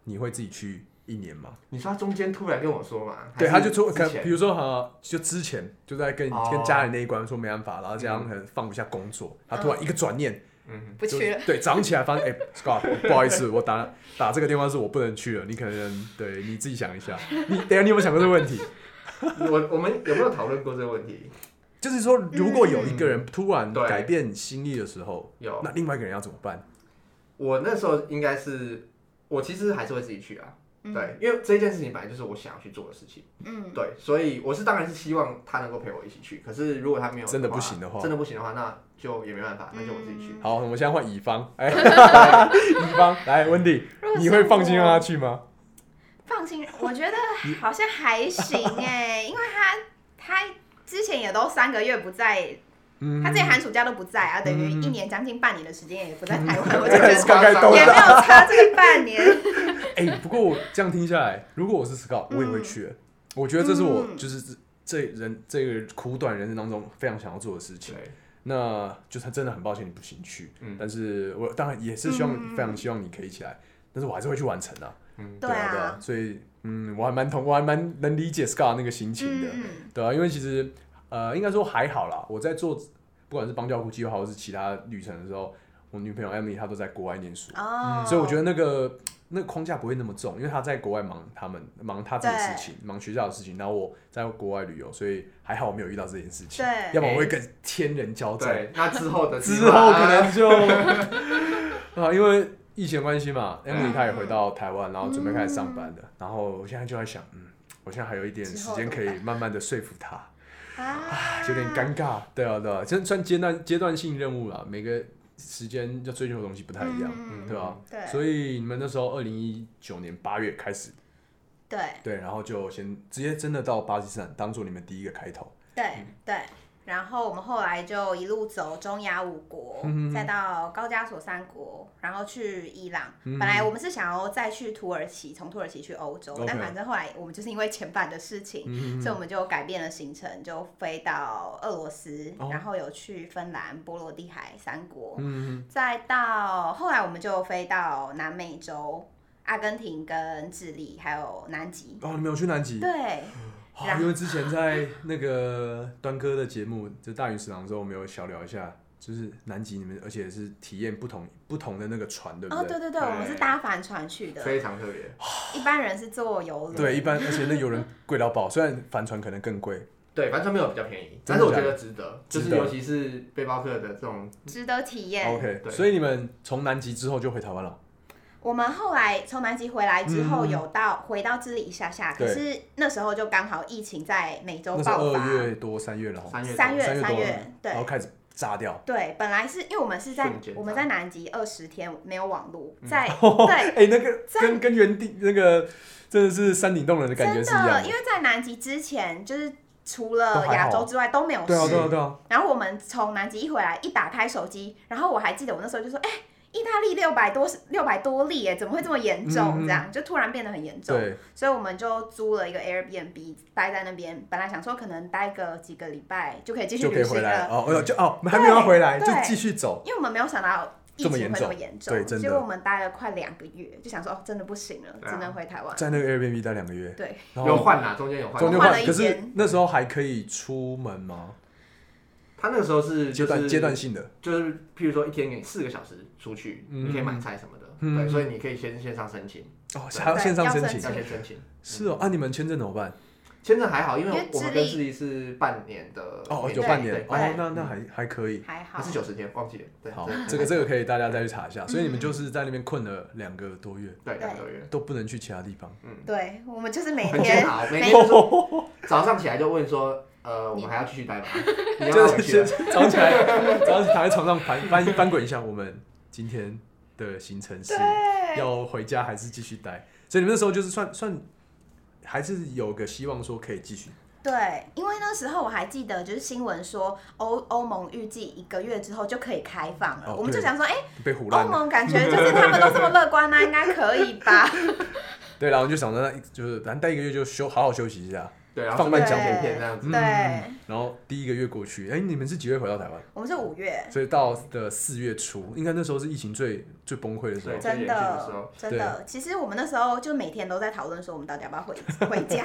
Speaker 1: 你会自己去一年吗？
Speaker 2: 你说他中间突然跟我说嘛？
Speaker 1: 对，
Speaker 2: 还
Speaker 1: 他
Speaker 2: 是
Speaker 1: 就说，
Speaker 2: 之
Speaker 1: 可
Speaker 2: 前
Speaker 1: 比如说哈，就之前就在跟
Speaker 2: 哦
Speaker 1: 跟家里那一关说没办法，然后这样可能放不下工作，他突然一个转念，
Speaker 2: 嗯，
Speaker 3: 不
Speaker 1: 就
Speaker 3: 去了。
Speaker 1: 对，早上起来发现，哎，Scott，不好意思，我打打这个电话是我不能去了，你可能对你自己想一下，你等一下你有没有想过这个问题？
Speaker 2: 我我们有没有讨论过这个问题？
Speaker 1: 就是说，如果有一个人突然
Speaker 2: 嗯对
Speaker 1: 改变心意的时候，
Speaker 2: 有，
Speaker 1: 那另外一个人要怎么办？
Speaker 2: 我那时候应该是，我其实还是会自己去啊。
Speaker 1: 嗯
Speaker 2: 对，因为这件事情本来就是我想要去做的事情，
Speaker 3: 嗯，
Speaker 2: 对，所以我是当然是希望他能够陪我一起去。可是如果他没有
Speaker 1: 真的不行的话
Speaker 2: 真的不行的话，那就也没办法，那就我自己去。
Speaker 1: 好，我们现在换乙方， 哎，乙方来，温迪，
Speaker 3: 如果是
Speaker 1: 你会放心让他
Speaker 3: 我
Speaker 1: 去吗？
Speaker 3: 放心，我觉得好像还行哎、因为他他之前也都三个月不在，
Speaker 1: 嗯
Speaker 3: 他之前寒暑假都不在啊，等于
Speaker 1: 嗯
Speaker 3: 一年将近半年的时间也不在台 湾，我就觉得
Speaker 1: ，Scott 该都
Speaker 3: 也没
Speaker 1: 在。
Speaker 3: 有差这个半年。
Speaker 1: 哎、不过我这样听下来，如果我是 Scott，我也会去、我觉得这是我
Speaker 3: 嗯
Speaker 1: 就是这这人这个苦短人生当中非常想要做的事情。
Speaker 2: 对，
Speaker 1: 那就是他真的很抱歉你不行去，
Speaker 2: 嗯
Speaker 1: 但是我当然也是希望、
Speaker 3: 嗯嗯嗯
Speaker 1: 非常希望你可以起来，但是我还是会去完成啊。
Speaker 2: 嗯，
Speaker 3: 对
Speaker 1: 啊，对
Speaker 3: 啊
Speaker 1: 啊，，所以嗯，我还蛮同，我还蛮能理解 Scott 那个心情的。
Speaker 3: 嗯
Speaker 1: 对啊，因为其实呃，应该说还好啦。我在做不管是邦交国计划或是其他旅程的时候，我女朋友 Emily 她都在国外念书
Speaker 3: 嗯，，哦，
Speaker 1: 所以我觉得那个那个框架不会那么重，因为他在国外忙他们忙他自己的事情，忙学校的事情，然后我在国外旅游，所以还好我没有遇到这件事情，
Speaker 3: 对
Speaker 1: 要么我会跟天人交战。
Speaker 2: 对，那之后的计
Speaker 1: 之
Speaker 2: 划
Speaker 1: 后可
Speaker 2: 啊
Speaker 1: 能就啊，因为疫情关系嘛，Emily 她也回到台湾，然后准备开始上班
Speaker 3: 嗯
Speaker 1: 的，然后我现在就在想，嗯，我现在还有一点时间可以慢慢的说服 她。
Speaker 3: 啊，
Speaker 1: 有点尴尬。对啊，对啊，这算阶段阶段性任务啦，每个时间要追求的东西不太一样，
Speaker 3: 嗯
Speaker 1: 对吧、啊
Speaker 3: 对
Speaker 1: 所以你们那时候二零一九年八月开始，
Speaker 3: 对
Speaker 1: 对，然后就先直接真的到巴基斯坦当做你们第一个开头。
Speaker 3: 对对。然后我们后来就一路走中亚五国，
Speaker 1: 嗯
Speaker 3: 再到高加索三国，然后去伊朗。
Speaker 1: 嗯
Speaker 3: 本来我们是想要再去土耳其，从土耳其去欧洲
Speaker 1: OK
Speaker 3: 但反正后来我们就是因为前版的事情，
Speaker 1: 嗯
Speaker 3: 所以我们就改变了行程，就飞到俄罗斯，
Speaker 1: 哦
Speaker 3: 然后有去芬兰、波罗的海三国，
Speaker 1: 嗯，
Speaker 3: 再到后来我们就飞到南美洲，阿根廷跟智利，还有南极。
Speaker 1: 哦，你们有去南极？
Speaker 3: 对，
Speaker 1: 哦
Speaker 3: 然后
Speaker 1: 因为之前在那个端哥的节目，就大鱼食堂的时候，我们有小聊一下，就是南极你们，而且是体验不同不同的那个船，对不
Speaker 3: 哦，
Speaker 1: 对
Speaker 3: 对对对，我们是搭帆船去的，
Speaker 2: 非常特别。
Speaker 3: 一般人是坐游轮。
Speaker 1: 对，一般而且那有人贵到爆，虽然帆船可能更贵，
Speaker 2: 对，帆船没有比较便宜，
Speaker 1: 真的
Speaker 2: 但是我
Speaker 1: 假
Speaker 2: 觉
Speaker 1: 的
Speaker 2: 得值得，就
Speaker 1: 哦值
Speaker 2: 是
Speaker 1: 得
Speaker 2: 尤其是背包客的这种，
Speaker 3: 值得体验。
Speaker 1: OK，
Speaker 2: 对
Speaker 1: 所以你们从南极之后就回台湾了。
Speaker 3: 我们后来从南极回来之后，
Speaker 1: 嗯
Speaker 3: 有到、回到智利一下下，可
Speaker 1: 对
Speaker 3: 是那时候就刚好疫情在美洲
Speaker 1: 那是
Speaker 3: 爆
Speaker 1: 二
Speaker 3: 发，
Speaker 1: 月多三月了哈，
Speaker 2: 三月
Speaker 3: 三
Speaker 2: 多
Speaker 3: 月
Speaker 1: 三月
Speaker 3: 三
Speaker 1: 多
Speaker 3: 月
Speaker 1: 了，
Speaker 3: 对
Speaker 1: 然后开始炸掉。
Speaker 3: 对，本来是因为我们是在
Speaker 2: 瞬间
Speaker 3: 我们
Speaker 2: 炸
Speaker 3: 在南极二十天没有网络，
Speaker 1: 嗯
Speaker 3: 在、 对。
Speaker 1: 哎，那个
Speaker 3: 在
Speaker 1: 跟跟原地那个真的是山顶洞人的感觉
Speaker 3: 真
Speaker 1: 是一样
Speaker 3: 的，因
Speaker 1: 的。
Speaker 3: 为在南极之前，就是除
Speaker 1: 都
Speaker 3: 了
Speaker 1: 还好
Speaker 3: 亚洲之外都没有
Speaker 1: 对啊，
Speaker 3: 事。
Speaker 1: 对啊，对啊，
Speaker 3: 然后我们从南极一回来，一打开手机，然后我还记得我那时候就说：“哎、意大利六百多六百多例，哎，怎么会这么严重？”
Speaker 1: 嗯
Speaker 3: 这样就突然变得很严重。
Speaker 1: 对，
Speaker 3: 所以我们就租了一个 Airbnb 待在那边，本来想说可能待个几个礼拜就可以继续
Speaker 1: 就可
Speaker 3: 旅
Speaker 1: 以回
Speaker 3: 行
Speaker 1: 来
Speaker 3: 了，
Speaker 1: 哦。哦，就哦，我们还没有要回来，就
Speaker 3: 对
Speaker 1: 继续走。
Speaker 3: 因为我们没有想到疫情
Speaker 1: 这么严
Speaker 3: 会
Speaker 1: 重
Speaker 3: 这么严重，
Speaker 1: 对真的
Speaker 3: 结果我们待了快两个月，就想说哦，真的不行了，
Speaker 2: 对啊
Speaker 3: 只能回台湾。
Speaker 1: 在那个 Airbnb 待两个月，
Speaker 3: 对，
Speaker 1: 然
Speaker 2: 有
Speaker 1: 后
Speaker 2: 换啦，中间有换，
Speaker 1: 中间
Speaker 3: 换了
Speaker 1: 换，
Speaker 3: 一
Speaker 1: 可是
Speaker 3: 间
Speaker 1: 那时候还可以出门吗？
Speaker 2: 他那个时候是
Speaker 1: 阶段
Speaker 2: 就是
Speaker 1: 阶段性的，
Speaker 2: 就是譬如说一天给你四个小时出去，
Speaker 1: 嗯
Speaker 2: 你可以买菜什么的，
Speaker 1: 嗯
Speaker 2: 对，所以你可以先线上申请，
Speaker 1: 哦，还要线上
Speaker 3: 要
Speaker 1: 申
Speaker 3: 申
Speaker 1: 请
Speaker 3: 请
Speaker 2: 要。先申请。
Speaker 1: 是哦，啊，你们签证怎么办？
Speaker 2: 签证还好，因
Speaker 3: 因为
Speaker 2: 为我们
Speaker 3: 智
Speaker 2: 跟
Speaker 3: 利
Speaker 2: 智利是半年的
Speaker 1: 哦，
Speaker 2: 免
Speaker 1: 有
Speaker 2: 签
Speaker 1: 半
Speaker 2: 对嗯
Speaker 1: 年，
Speaker 2: 半
Speaker 1: 哦
Speaker 2: 年，
Speaker 1: 那那还还可以。
Speaker 3: 还好
Speaker 2: 还是九十天，忘记了，对，
Speaker 1: 好
Speaker 2: 对，
Speaker 1: 这个这个可以大家再去查一下。所以你
Speaker 3: 嗯
Speaker 1: 们就是在那边困了两个多月，
Speaker 2: 对两个月，
Speaker 1: 都不能去其他地方。
Speaker 3: 对我们就是每
Speaker 2: 很
Speaker 3: 天
Speaker 2: 煎熬，每
Speaker 3: 每
Speaker 2: 天就是早上起来就问说，呃，我们还要继续 待吗？ 你要不
Speaker 1: 就
Speaker 2: 要
Speaker 1: 是
Speaker 2: 回去
Speaker 1: 先
Speaker 2: 了？
Speaker 1: 早上起来， 早上躺在床上翻翻翻滚一下，我们今天的行程是
Speaker 3: 对
Speaker 1: 要回家还是继续待？所以你们那时候就是算算还是有个希望说可以继续，
Speaker 3: 对，因为那时候我还记得，就是新闻说欧欧盟预计一个月之后就可以开放了，
Speaker 1: 哦
Speaker 3: 我们就
Speaker 1: 对
Speaker 3: 想说，哎、
Speaker 1: 被唬
Speaker 3: 欧
Speaker 1: 烂了。
Speaker 3: 盟感觉就是他们都这么乐观啊那、应该可以 吧？
Speaker 1: 对，然后就想着那就是咱待一个月就休，好好休息一下。
Speaker 2: 对，然后
Speaker 1: 放慢
Speaker 2: 顺
Speaker 1: 脚
Speaker 2: 便剪
Speaker 3: 步
Speaker 2: 片这样子
Speaker 1: 嗯，
Speaker 3: 对，
Speaker 1: 然后第一个月过去，哎、你们是几月回到台湾？
Speaker 3: 我们是五月，
Speaker 1: 所以到的四月初，应该那时候是疫情最最崩溃的时候
Speaker 3: 真
Speaker 2: 对。这也是那时候
Speaker 3: 的真的。其实我们那时候就每天都在讨论说，我们到底要不要回回 家？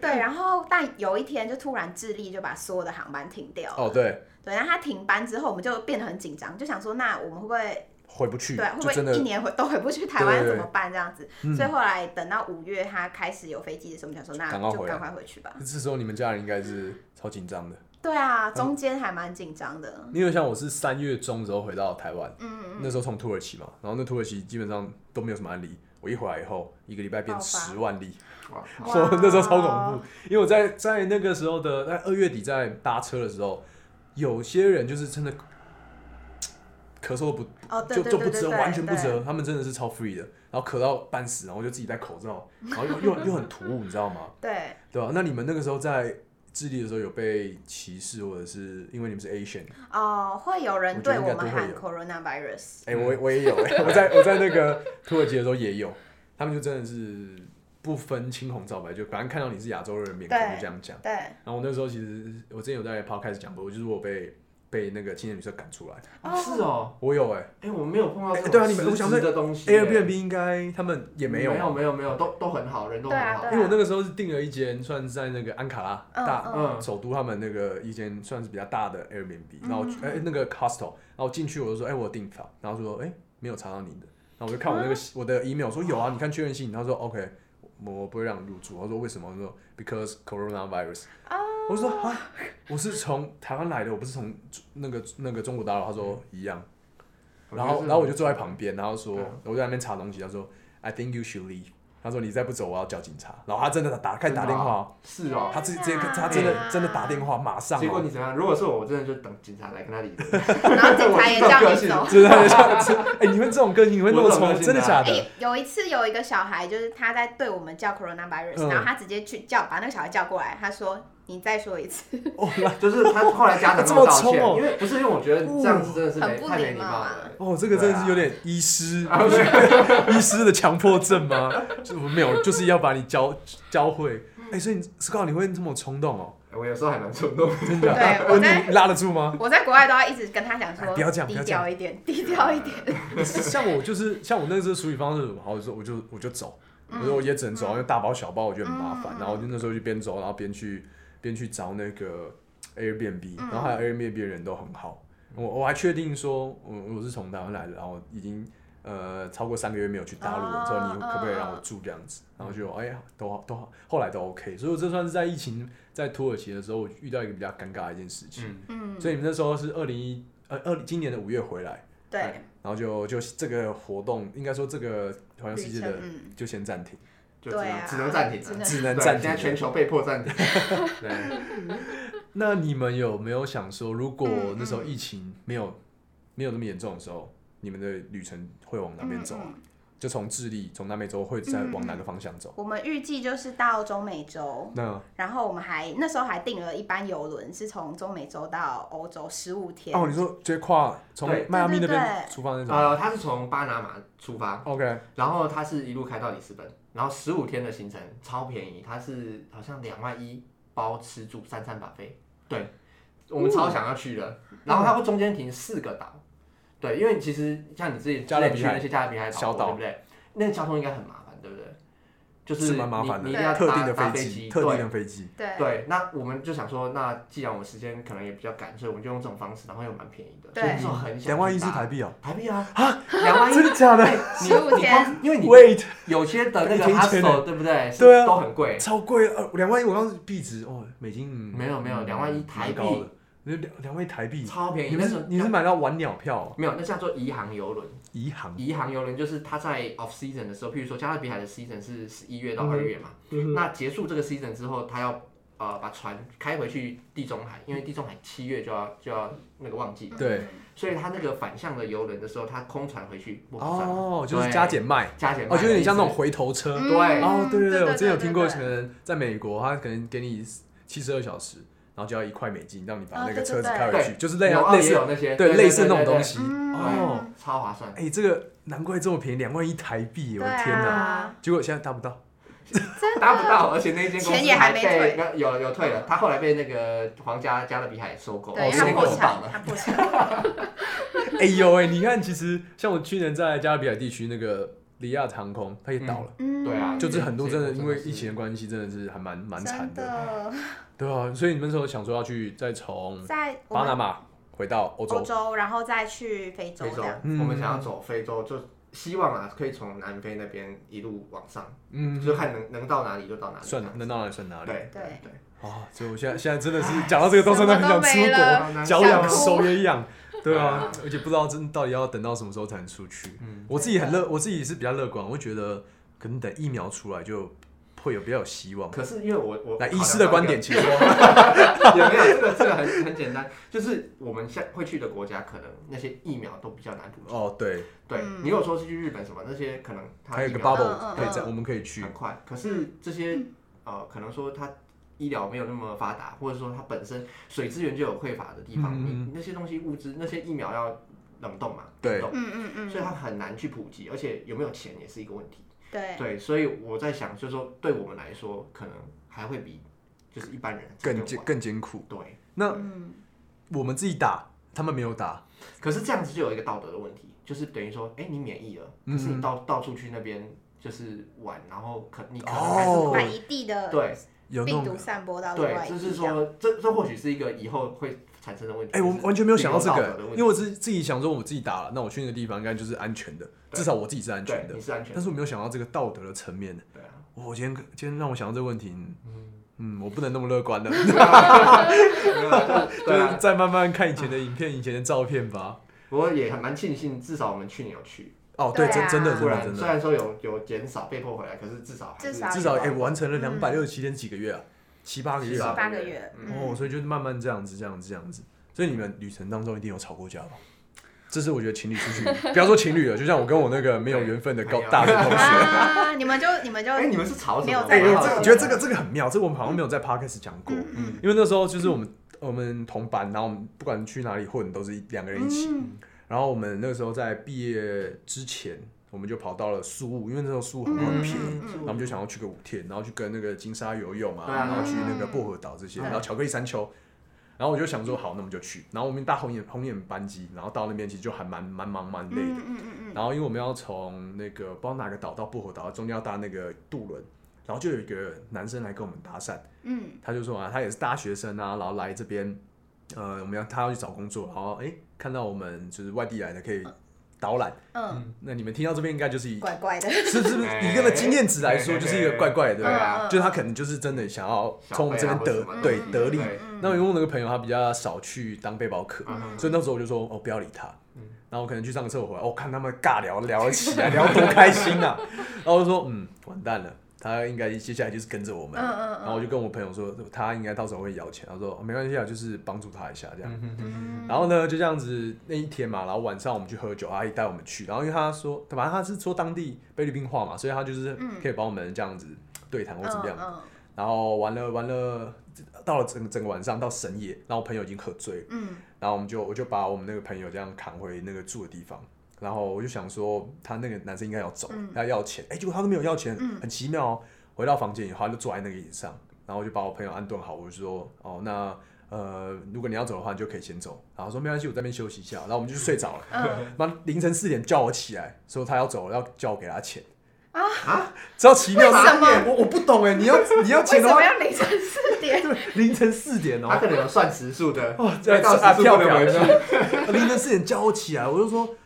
Speaker 3: 对，然后但有一天就突然智利就把所有的航班停掉了。
Speaker 1: 哦，对，
Speaker 3: 对，然后他停班之后，我们就变得很紧张，就想说，那我们会不会
Speaker 1: 回不去，
Speaker 3: 对，啊会
Speaker 1: 嗯
Speaker 3: 不
Speaker 1: 就真
Speaker 3: 会一
Speaker 1: 的嗯
Speaker 3: 年回都回不去台湾怎么办这样子？所以后来等到五月他开始有飞机的时候，我们想说，
Speaker 1: 赶
Speaker 3: 那
Speaker 1: 快
Speaker 3: 就
Speaker 1: 回来
Speaker 3: 赶快回去吧。
Speaker 1: 这时候你们家人应该是超紧张的，
Speaker 3: 对啊，中间还蛮紧张 的。
Speaker 1: 因为像我是三月中的时候回到台湾，
Speaker 3: 嗯，
Speaker 1: 那时候从土耳其嘛，然后那土耳其基本上都没有什么案例，我一回来以后一个礼拜变
Speaker 3: 爆发
Speaker 1: 十万例，
Speaker 2: 哇，
Speaker 3: 哇
Speaker 1: 我那时候超恐怖，因为我在在那个时候的在二月底在搭车的时候，有些人就是真的咳嗽都不
Speaker 3: 哦，对
Speaker 1: 就
Speaker 3: 对
Speaker 1: 就不
Speaker 3: 对对
Speaker 1: 遮，
Speaker 3: 对，
Speaker 1: 完全不
Speaker 3: 对
Speaker 1: 遮，他们真的是超 free 的，然后咳到半死，然后就自己戴口罩，然后又又又很突兀，你知道吗？
Speaker 3: 对，
Speaker 1: 对吧、那你们那个时候在智利的时候有被歧视，或者是因为你们是 Asian？
Speaker 3: 哦，会有人
Speaker 1: 我觉得
Speaker 3: 对
Speaker 1: 应该
Speaker 3: 我
Speaker 1: 都
Speaker 3: 们
Speaker 1: 会
Speaker 3: 喊
Speaker 1: 有
Speaker 3: coronavirus，
Speaker 1: 哎、我我也有、哎，我在我在那个土耳其的时候也有，他们就真的是不分青红皂白，就反正看到你是亚洲人，面孔就
Speaker 3: 对
Speaker 1: 这样讲。
Speaker 3: 对，
Speaker 1: 然后我那时候其实我之前有在 podcast 讲过，我就是我被被那个青年旅社赶出来，
Speaker 3: 哦
Speaker 2: 是哦，
Speaker 1: 我有哎、
Speaker 2: 哎，我没有碰到
Speaker 1: 哎
Speaker 2: 这
Speaker 1: 对啊
Speaker 2: 种
Speaker 1: 你们我想
Speaker 2: 实质
Speaker 1: 说
Speaker 2: 的东西
Speaker 1: Airbnb 应该他们也没有
Speaker 2: 没有没有没有，都都很好，人都
Speaker 3: 对啊
Speaker 2: 很好
Speaker 3: 对，
Speaker 1: 因为我那个时候是订了一间，算是在那个安卡拉
Speaker 3: 嗯
Speaker 1: 大、
Speaker 2: 嗯
Speaker 1: 首都他们那个一间算是比较大的 Airbnb，然后我去哎、那个 hostel，然后进去我就说哎、我有订房，然后说哎、没有查到你的，然后我就看我那个、我的 email 说有啊，你看确认信，他说 OK，我我不会让你入住，他说为什么？我说 because coronavirus，、我就说啊，我是从台湾来的，我不是从那个那个中国大陆，他说一样，然后，然后我就坐在旁边，然后说，
Speaker 2: 嗯
Speaker 1: 我就在那边查东西。他说，I think you should leave。他说，你再不走，我要叫警察。然后他真的打开始打电话，
Speaker 2: 是哦，
Speaker 1: 他直直接
Speaker 3: 天哪
Speaker 1: 他真的真的打电话，马上
Speaker 2: 结果
Speaker 1: 哦，
Speaker 2: 你怎么样？如果是我，我真的就等警察来跟他理论。
Speaker 1: 嗯
Speaker 3: 然后警察也叫
Speaker 2: 我
Speaker 3: 你
Speaker 2: 这种
Speaker 3: 走
Speaker 2: 个。
Speaker 1: 就是他就这样子。哎，你们这种个性，你会那么
Speaker 2: 我这种
Speaker 1: 冲，
Speaker 2: 个性
Speaker 1: 真的
Speaker 2: 的
Speaker 1: 假
Speaker 2: 啊
Speaker 1: 的？
Speaker 3: 哎，有一次有一个小孩，就是他在对我们叫 coronavirus，、
Speaker 1: 嗯
Speaker 3: 然后他直接去叫，把那个小孩叫过来，他说：“你再说一次。
Speaker 1: 哦，
Speaker 2: 就是他后来家长
Speaker 1: 这
Speaker 2: 跟
Speaker 1: 么
Speaker 2: 我道歉，
Speaker 1: 冲哦
Speaker 2: 因为不是因为我觉得这样子真的是
Speaker 3: 很
Speaker 2: 没
Speaker 3: 不
Speaker 2: 太没
Speaker 3: 礼
Speaker 2: 礼
Speaker 3: 貌
Speaker 2: 貌
Speaker 3: 啊
Speaker 2: 了。
Speaker 1: 哦，这个真的是有点医师
Speaker 2: 啊
Speaker 1: 医师的强迫症吗？就没有，就是要把你教教会。哎，所以 Scott 你会这么冲动哦？
Speaker 2: 我有时候还蛮冲动，
Speaker 1: 真的啊？
Speaker 3: 对我在
Speaker 1: 你拉得住吗？
Speaker 3: 我在国外都要一直跟他讲说：“
Speaker 1: 哎不要这样不
Speaker 3: 低
Speaker 1: 要这样
Speaker 3: 调一点，低调一点。
Speaker 1: 像我就是像我那时候处理方式是什么，好，我就我就我就走，我说我也只能走，因为大包小包我觉得很麻烦，然后我就那时候就边走，然后边去边去找那个 Airbnb，然后还有 Airbnb 的人都很好，我我还确定说，我我是从台湾来的，然后已经呃超过三个月没有去大陆了，之后你
Speaker 3: 哦
Speaker 1: 可不可以
Speaker 3: 嗯
Speaker 1: 让我住这样子？然后就哎呀，都好都好，后来都 OK，所以我这算是在疫情在土耳其的时候，我遇到一个比较尴尬的一件事情，
Speaker 2: 嗯，”
Speaker 3: 嗯，
Speaker 1: 所以你们那时候是二零一呃二今年的五月回来。
Speaker 3: 对，
Speaker 1: 然后就就这个活动，应该说这个环游世界的
Speaker 3: 嗯，
Speaker 1: 就先暂停，
Speaker 2: 就只
Speaker 3: 对啊
Speaker 2: 能只能暂停
Speaker 3: 只
Speaker 2: 了
Speaker 3: 能，
Speaker 1: 只能
Speaker 2: 对，
Speaker 1: 暂
Speaker 2: 现在
Speaker 1: 停
Speaker 2: 全
Speaker 1: 了。
Speaker 2: 球被迫暂停。 对，
Speaker 1: 那你们有没有想说，如果
Speaker 3: 嗯嗯
Speaker 1: 那时候疫情没有没有那么严重的时候，你们的旅程会往哪边走啊？
Speaker 3: 嗯嗯嗯
Speaker 1: 就从智利，从南美洲会再往哪个方向走？
Speaker 3: 我们预计就是到中美洲，
Speaker 1: 那
Speaker 3: 然后我们还那时候还订了一班游轮，是从中美洲到欧洲十五天。
Speaker 1: 哦，你说直接跨从
Speaker 2: 对
Speaker 1: 迈阿密那
Speaker 3: 对对
Speaker 1: 边
Speaker 3: 对
Speaker 1: 出发那种
Speaker 2: 呃，他是从巴拿马出发，
Speaker 1: ？OK，
Speaker 2: 然后他是一路开到里斯本，然后十五天的行程超便宜，他是好像两万一包吃住三餐把费，对，
Speaker 1: 哦
Speaker 2: 我们超想要去的。然后他会中间停四个岛，对，因为其实像你自己之
Speaker 1: 加勒
Speaker 2: 前
Speaker 1: 比
Speaker 2: 去
Speaker 1: 海
Speaker 2: 那些加勒比海
Speaker 1: 小
Speaker 2: 岛
Speaker 1: 岛
Speaker 2: 国，对不对？那个交通应该很麻烦，对不对？就是
Speaker 1: 是蛮麻烦
Speaker 2: 你
Speaker 1: 的
Speaker 2: 你一定要，
Speaker 1: 特
Speaker 2: 搭
Speaker 1: 定的
Speaker 2: 搭飞
Speaker 1: 机，特定
Speaker 2: 对
Speaker 1: 的飞机，
Speaker 3: 对嗯
Speaker 2: 对。那我们就想说，那既然我们时间可能也比较赶，所以我们就用这种方式，然后又蛮便宜的，
Speaker 3: 对
Speaker 2: 所以那时候很想
Speaker 1: 两万一
Speaker 2: 去
Speaker 1: 是
Speaker 2: 搭
Speaker 1: 台币哦，
Speaker 2: 台币啊，两万一
Speaker 1: 真的假 的
Speaker 2: 对你
Speaker 3: 15
Speaker 2: 你
Speaker 3: 天
Speaker 2: 光因为你
Speaker 1: ？Wait，
Speaker 2: 有些的那
Speaker 1: 一
Speaker 2: 个
Speaker 1: 天一千
Speaker 2: hostel 对不对？是
Speaker 1: 对啊
Speaker 2: 都很贵。
Speaker 1: 超贵啊！两万一，我刚刚币值哦，美金嗯
Speaker 2: 没有没有
Speaker 1: 嗯
Speaker 2: 两万一台币
Speaker 1: 蛮高的那两两万一台币，
Speaker 2: 超便宜
Speaker 1: 你们
Speaker 2: 那
Speaker 1: 是
Speaker 2: 是
Speaker 1: 你是买到晚鸟票哦？
Speaker 2: 没有，那叫做移航游轮。
Speaker 1: 移航
Speaker 2: 移航游轮就是它在 off season 的时候，譬如说加勒比海的 season 是十一月到
Speaker 4: 嗯哼
Speaker 2: 二月嘛，那结束这个 season 之后，它要呃把船开回去地中海，
Speaker 1: 嗯
Speaker 2: 因为地中海七月就要就要那个旺季，
Speaker 1: 对
Speaker 2: 所以它那个反向的游轮的时候，它空船回去不划算嘛
Speaker 1: 哦，就是
Speaker 2: 对
Speaker 1: 加减卖
Speaker 2: 加减
Speaker 1: 哦，
Speaker 2: 卖
Speaker 1: 就有点像那
Speaker 2: 的
Speaker 1: 种回头车
Speaker 3: 嗯
Speaker 2: 对
Speaker 1: 哦，对
Speaker 3: 对
Speaker 1: 对，我之前有听过，
Speaker 3: 对
Speaker 1: 可能在美国他可能给你七十二小时，然后就要一块美金让你把
Speaker 3: 哦
Speaker 1: 那个
Speaker 3: 对对
Speaker 1: 车子
Speaker 3: 对
Speaker 1: 开回
Speaker 2: 对
Speaker 1: 去，就是类
Speaker 2: 纽澳
Speaker 1: 类
Speaker 2: 也
Speaker 1: 似
Speaker 2: 有那些
Speaker 1: 对类似那种东，西。
Speaker 3: 嗯
Speaker 1: 哦，
Speaker 2: 对超划算。
Speaker 1: 哎，这个难怪这么便宜，两万一台币，我
Speaker 3: 对
Speaker 1: 的天哪！
Speaker 3: 啊，
Speaker 1: 结果现在达不到，
Speaker 3: 真的
Speaker 2: 达不到，而且那间公司
Speaker 3: 钱也还没退嗯
Speaker 2: 被那有有退了，他后来被那个皇家加勒比海收购，
Speaker 3: 对，
Speaker 1: 哦
Speaker 3: 因为
Speaker 1: 收
Speaker 3: 它
Speaker 1: 购
Speaker 3: 破
Speaker 2: 收
Speaker 3: 产
Speaker 2: 绑，了。
Speaker 3: 它破产，
Speaker 1: 哎呦哎，你看，其实像我去年在加勒比海地区那个里亚航空，它也倒了，
Speaker 3: 嗯，
Speaker 2: 对啊
Speaker 1: 就是很多真的
Speaker 2: 这个
Speaker 1: 因
Speaker 2: 真的
Speaker 1: 为
Speaker 2: 是
Speaker 1: 疫情的关系，真的是还蛮蛮惨的，
Speaker 3: 真的，
Speaker 1: 对啊，所以你们那时候想说要去再从
Speaker 3: 在我
Speaker 1: 巴拿
Speaker 3: 们
Speaker 1: 马回到欧
Speaker 3: 欧
Speaker 1: 洲，
Speaker 3: 洲，然后再去非洲
Speaker 2: 非
Speaker 3: 这
Speaker 2: 洲
Speaker 3: 样，，
Speaker 1: 嗯
Speaker 2: 我们想要走非洲，就希望啊可以从南非那边一路往上，
Speaker 1: 嗯，
Speaker 2: 就看能能到哪里就到哪里。
Speaker 1: 算
Speaker 2: 这样
Speaker 1: 能到哪算哪里。
Speaker 2: 对
Speaker 3: 对
Speaker 2: 对，
Speaker 1: 啊，所以我现在现在真的是讲到这个东西，真的很想出
Speaker 3: 什么都没了嗯
Speaker 1: 国，
Speaker 2: 好难
Speaker 1: 脚
Speaker 2: 想
Speaker 1: 痒
Speaker 2: 哭
Speaker 1: 手也痒，对啊，而且不知道真到底要等到什么时候才能出去。
Speaker 2: 嗯
Speaker 1: 我自己很
Speaker 3: 啊
Speaker 1: 乐，我自己是比较乐观，我觉得可能等疫苗出来就会有比较有希望。
Speaker 2: 可是因为我我
Speaker 1: 来，
Speaker 2: 考量
Speaker 1: 医师
Speaker 2: 到
Speaker 1: 的
Speaker 2: 一
Speaker 1: 观
Speaker 2: 个
Speaker 1: 点，请说。
Speaker 2: 有没有？这个这个很很简单，就是我们现在会去的国家，可能那些疫苗都比较难补充。
Speaker 1: 哦，对，
Speaker 2: 对，
Speaker 3: 嗯
Speaker 2: 你有说是去日本什么那些，可能它
Speaker 1: 还有一
Speaker 2: 疫
Speaker 1: 个
Speaker 2: 苗
Speaker 3: bubble 嗯嗯
Speaker 1: bubble 可以在，
Speaker 3: 嗯
Speaker 1: 我们可以去
Speaker 2: 很。快，可是
Speaker 1: 嗯
Speaker 2: 这些呃，可能说它医疗没有那么发达，或者说它本身水资源就有匮乏的地方，
Speaker 1: 嗯嗯嗯
Speaker 2: 你那些东西物资那些疫苗要冷冻嘛，
Speaker 1: 对
Speaker 2: 冷冻，
Speaker 3: 嗯嗯嗯，
Speaker 2: 所以它很难去普及，而且有没有钱也是一个问题。
Speaker 3: 对，
Speaker 2: 对，所以我在想，就是说对我们来说，可能还会比就是一般人
Speaker 1: 更艰
Speaker 2: 艰
Speaker 1: 更艰苦。
Speaker 2: 对。
Speaker 1: 那
Speaker 3: 嗯，
Speaker 1: 我们自己打，他们没有打，
Speaker 2: 可是这样子就有一个道德的问题，就是等于说，哎、你免疫了，可是
Speaker 1: 嗯
Speaker 2: 你到到处去那边就是玩，然后可你可能还是
Speaker 1: 哦
Speaker 3: 把
Speaker 2: 会、
Speaker 3: 一地的
Speaker 2: 对
Speaker 1: 有那
Speaker 3: 病
Speaker 1: 种
Speaker 3: 毒散播到另外
Speaker 2: 对，
Speaker 3: 一
Speaker 2: 就
Speaker 3: 地，
Speaker 2: 是说，这这或许是一个以后会产生的问题。
Speaker 1: 哎、我
Speaker 2: 就是
Speaker 1: 完全没有想到这
Speaker 2: 旅游道
Speaker 1: 个
Speaker 2: 德的，
Speaker 1: 因
Speaker 2: 问题
Speaker 1: 为我自自己想说我自己打了，那我去那个地方应该就是安全的，
Speaker 2: 对
Speaker 1: 至少我自己是安全
Speaker 2: 对
Speaker 1: 的
Speaker 2: 你。是安全的
Speaker 1: 但，是我没有想到这个道德的层面。
Speaker 2: 对啊，
Speaker 1: 哇我今天今天让我想到这个问题，
Speaker 2: 嗯，
Speaker 1: 嗯，我不能那么乐观了，
Speaker 2: 没有啊就是
Speaker 1: 就
Speaker 2: 对
Speaker 1: 是
Speaker 2: 啊，
Speaker 1: 再慢慢看以前的影片、以前的照片吧。
Speaker 2: 不过也还蛮庆幸，至少我们去年有去，
Speaker 1: 哦，对，
Speaker 3: 对
Speaker 1: 真
Speaker 3: 啊
Speaker 1: 真的
Speaker 2: 不
Speaker 1: 真的
Speaker 2: 然
Speaker 1: 真
Speaker 2: 虽
Speaker 1: 的，
Speaker 2: 然说有有减少被迫回来，可是至少还是
Speaker 3: 至少
Speaker 1: 至少哎、
Speaker 2: 我
Speaker 1: 完成了两
Speaker 3: 嗯
Speaker 1: 百六十七天，几个月啊？七八个月
Speaker 3: 七
Speaker 1: 啊。
Speaker 3: 八个月，嗯
Speaker 1: 哦，所以就是慢慢这样子，这样子，这样子。所以你们旅程当中一定有吵过架吧？这是我觉得情侣出去，不要说情侣了，就像我跟我那个没有缘分的高
Speaker 2: 对
Speaker 1: 大学同学，
Speaker 3: 啊，你们就你们就
Speaker 2: 哎、你们是吵什么？
Speaker 3: 没有
Speaker 1: 哎、
Speaker 3: 在
Speaker 1: 我这
Speaker 3: 聊这
Speaker 1: 个
Speaker 3: 个
Speaker 1: 觉得这个这个很妙，这个我们好像没有在 podcast 讲过，
Speaker 3: 嗯嗯
Speaker 1: 因为那时候就是我们我们同班，然后我们不管去哪里混都是一两个人一起，
Speaker 3: 嗯
Speaker 1: 然后我们那个时候在毕业之前，我们就跑到了宿务，因为那时候宿务很很便宜。
Speaker 3: 嗯
Speaker 1: 然后我们就想要去个五天，然后去跟那个金沙游泳啊，
Speaker 2: 对啊
Speaker 1: 然后去那个薄荷岛这些，
Speaker 2: 嗯
Speaker 1: 然后巧克力山丘，然后我就想说好，那我们就去。然后我们搭红眼红眼班机，然后到那边其实就还蛮蛮忙蛮累的。
Speaker 3: 嗯嗯嗯嗯，
Speaker 1: 然后因为我们要从那个不知道哪个岛到薄荷岛，中间要搭那个渡轮，然后就有一个男生来跟我们搭讪，
Speaker 3: 嗯
Speaker 1: 他就说啊，他也是大学生啊，然后来这边，呃，我们要他要去找工作，然后哎看到我们就是外地来的可以导览，
Speaker 3: 嗯，
Speaker 1: 那你们听到这边应该就是一
Speaker 3: 怪怪的，
Speaker 1: 是不是以一个经验值来说，就是一个怪怪的，
Speaker 2: 对啊
Speaker 3: 嗯
Speaker 1: 就是他可能就是真的想要从我们这边
Speaker 2: 小
Speaker 1: 得
Speaker 2: 费啊或者什么的
Speaker 1: 对
Speaker 3: 嗯
Speaker 1: 得利。
Speaker 2: 对
Speaker 3: 嗯
Speaker 1: 那因为我那个朋友他比较少去当背包客，
Speaker 2: 嗯
Speaker 1: 所以那时候我就说哦不要理他
Speaker 2: 嗯。
Speaker 1: 然后我可能去上个厕所回来，哦看他们尬聊聊得起 来，聊得多开心啊！然后我就说嗯完蛋了，他应该接下来就是跟着我们。
Speaker 3: 嗯嗯嗯
Speaker 1: 然后我就跟我朋友说他应该到时候会摇钱，他说、哦没关系啊，就是帮助他一下这样。
Speaker 3: 嗯
Speaker 1: 然后呢，就这样子那一天嘛，然后晚上我们去喝酒，阿姨带我们去，然后因为他说，反正他是说当地菲律宾话嘛，所以他就是
Speaker 3: 嗯
Speaker 1: 可以帮我们这样子对谈或怎么样。
Speaker 3: 嗯
Speaker 1: 然后玩了玩了，到了整整个晚上到深夜，然后我朋友已经喝醉了，
Speaker 3: 嗯
Speaker 1: 然后我们就我就把我们那个朋友这样扛回那个住的地方。然后我就想说，他那个男生应该要走，
Speaker 3: 嗯
Speaker 1: 他要钱，哎，结果他都没有要钱，
Speaker 3: 嗯
Speaker 1: 很奇妙哦。回到房间以后，他就坐在那个椅子上，然后我就把我朋友安顿好，我就说，哦，那呃，如果你要走的话，你就可以先走。然后说没关系，我在那边休息一下。然后我们就去睡着了。
Speaker 3: 嗯，
Speaker 1: 妈，凌晨四点叫我起来，说他要走了，要叫我给他钱
Speaker 2: 啊！
Speaker 1: 知道奇妙吗
Speaker 3: 为什么？
Speaker 1: 我我不懂哎，你要你要
Speaker 3: 为
Speaker 1: 钱
Speaker 3: 什
Speaker 1: 的话
Speaker 3: 么，要凌晨四点？
Speaker 1: 凌晨四点哦
Speaker 2: 他，可能有算时数 的，
Speaker 1: 哦，
Speaker 2: 再到
Speaker 1: 啊
Speaker 2: 时速
Speaker 1: 跳
Speaker 2: 不
Speaker 1: 表
Speaker 2: 能回
Speaker 1: 一
Speaker 2: 去
Speaker 1: 下， 凌晨四点叫我起来，我就说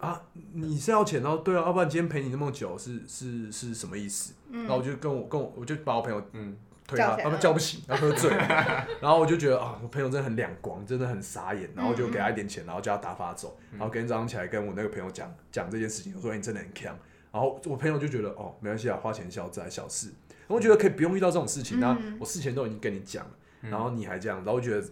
Speaker 1: 啊，你是要钱哦，对啊，要不然今天陪你那么久是是是什么意思？然后我就跟我跟我我就把我朋友
Speaker 2: 嗯，
Speaker 1: 推
Speaker 3: 嗯叫
Speaker 1: 他，
Speaker 3: 起来
Speaker 1: 他们
Speaker 3: 嗯
Speaker 1: 叫不醒，他喝 醉了，然后我就觉得啊，我朋友真的很两光，真的很傻眼，
Speaker 3: 嗯
Speaker 1: 然后就给他一点钱，然后叫他打发走，然后隔天早上起来跟我那个朋友讲讲这件事情，我说、哎你真的很强，然后我朋友就觉得哦没关系啊，花钱消灾小事，我觉得可以不用遇到这种事情，那
Speaker 3: 嗯
Speaker 2: 嗯
Speaker 1: 我事前都已经跟你讲了，然后你还这样，然后我觉得。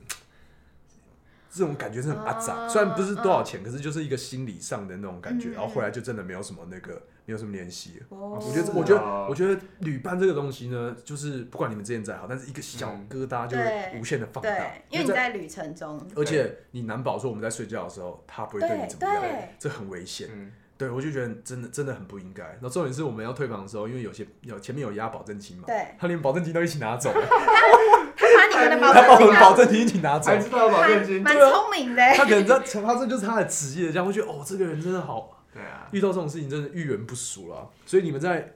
Speaker 1: 这种感觉是很阿杂，
Speaker 3: 哦
Speaker 1: 虽然不是多少钱，可是就是一个心理上的那种感觉。
Speaker 3: 嗯
Speaker 1: 然后后来就真的没有什么那个，没有什么联系了。我
Speaker 3: 哦
Speaker 1: 觉得这，
Speaker 2: 是
Speaker 1: 我觉
Speaker 2: 啊
Speaker 1: 得，我觉得旅伴这个东西呢，就是不管你们之间再好，但是一个小
Speaker 2: 嗯
Speaker 1: 疙瘩就会
Speaker 3: 对
Speaker 1: 无限的放大
Speaker 3: 对，，因为你在旅程中，
Speaker 1: 而且你难保说我们在睡觉的时候，他不会对你怎么
Speaker 3: 对
Speaker 1: 样
Speaker 3: 对，
Speaker 1: 这很危险。
Speaker 2: 嗯，
Speaker 1: 对，我就觉得真的真的很不应该。然后重点是我们要退房的时候，因为有些有前面有押保证金嘛，
Speaker 3: 对，
Speaker 1: 他连保证金都一起拿走，
Speaker 3: 他把你们的
Speaker 1: 他把
Speaker 3: 保
Speaker 1: 我
Speaker 3: 证
Speaker 1: 们
Speaker 3: 金
Speaker 1: 保
Speaker 3: 拿
Speaker 1: 证金一起拿走
Speaker 2: 才，知道保证金，
Speaker 3: 蛮蛮聪明的欸。
Speaker 1: 他可能知道，他这就是他的职业，这样会觉得哦，这个人真的好，
Speaker 2: 对啊，
Speaker 1: 遇到这种事情真的遇人不淑啦。所以你们在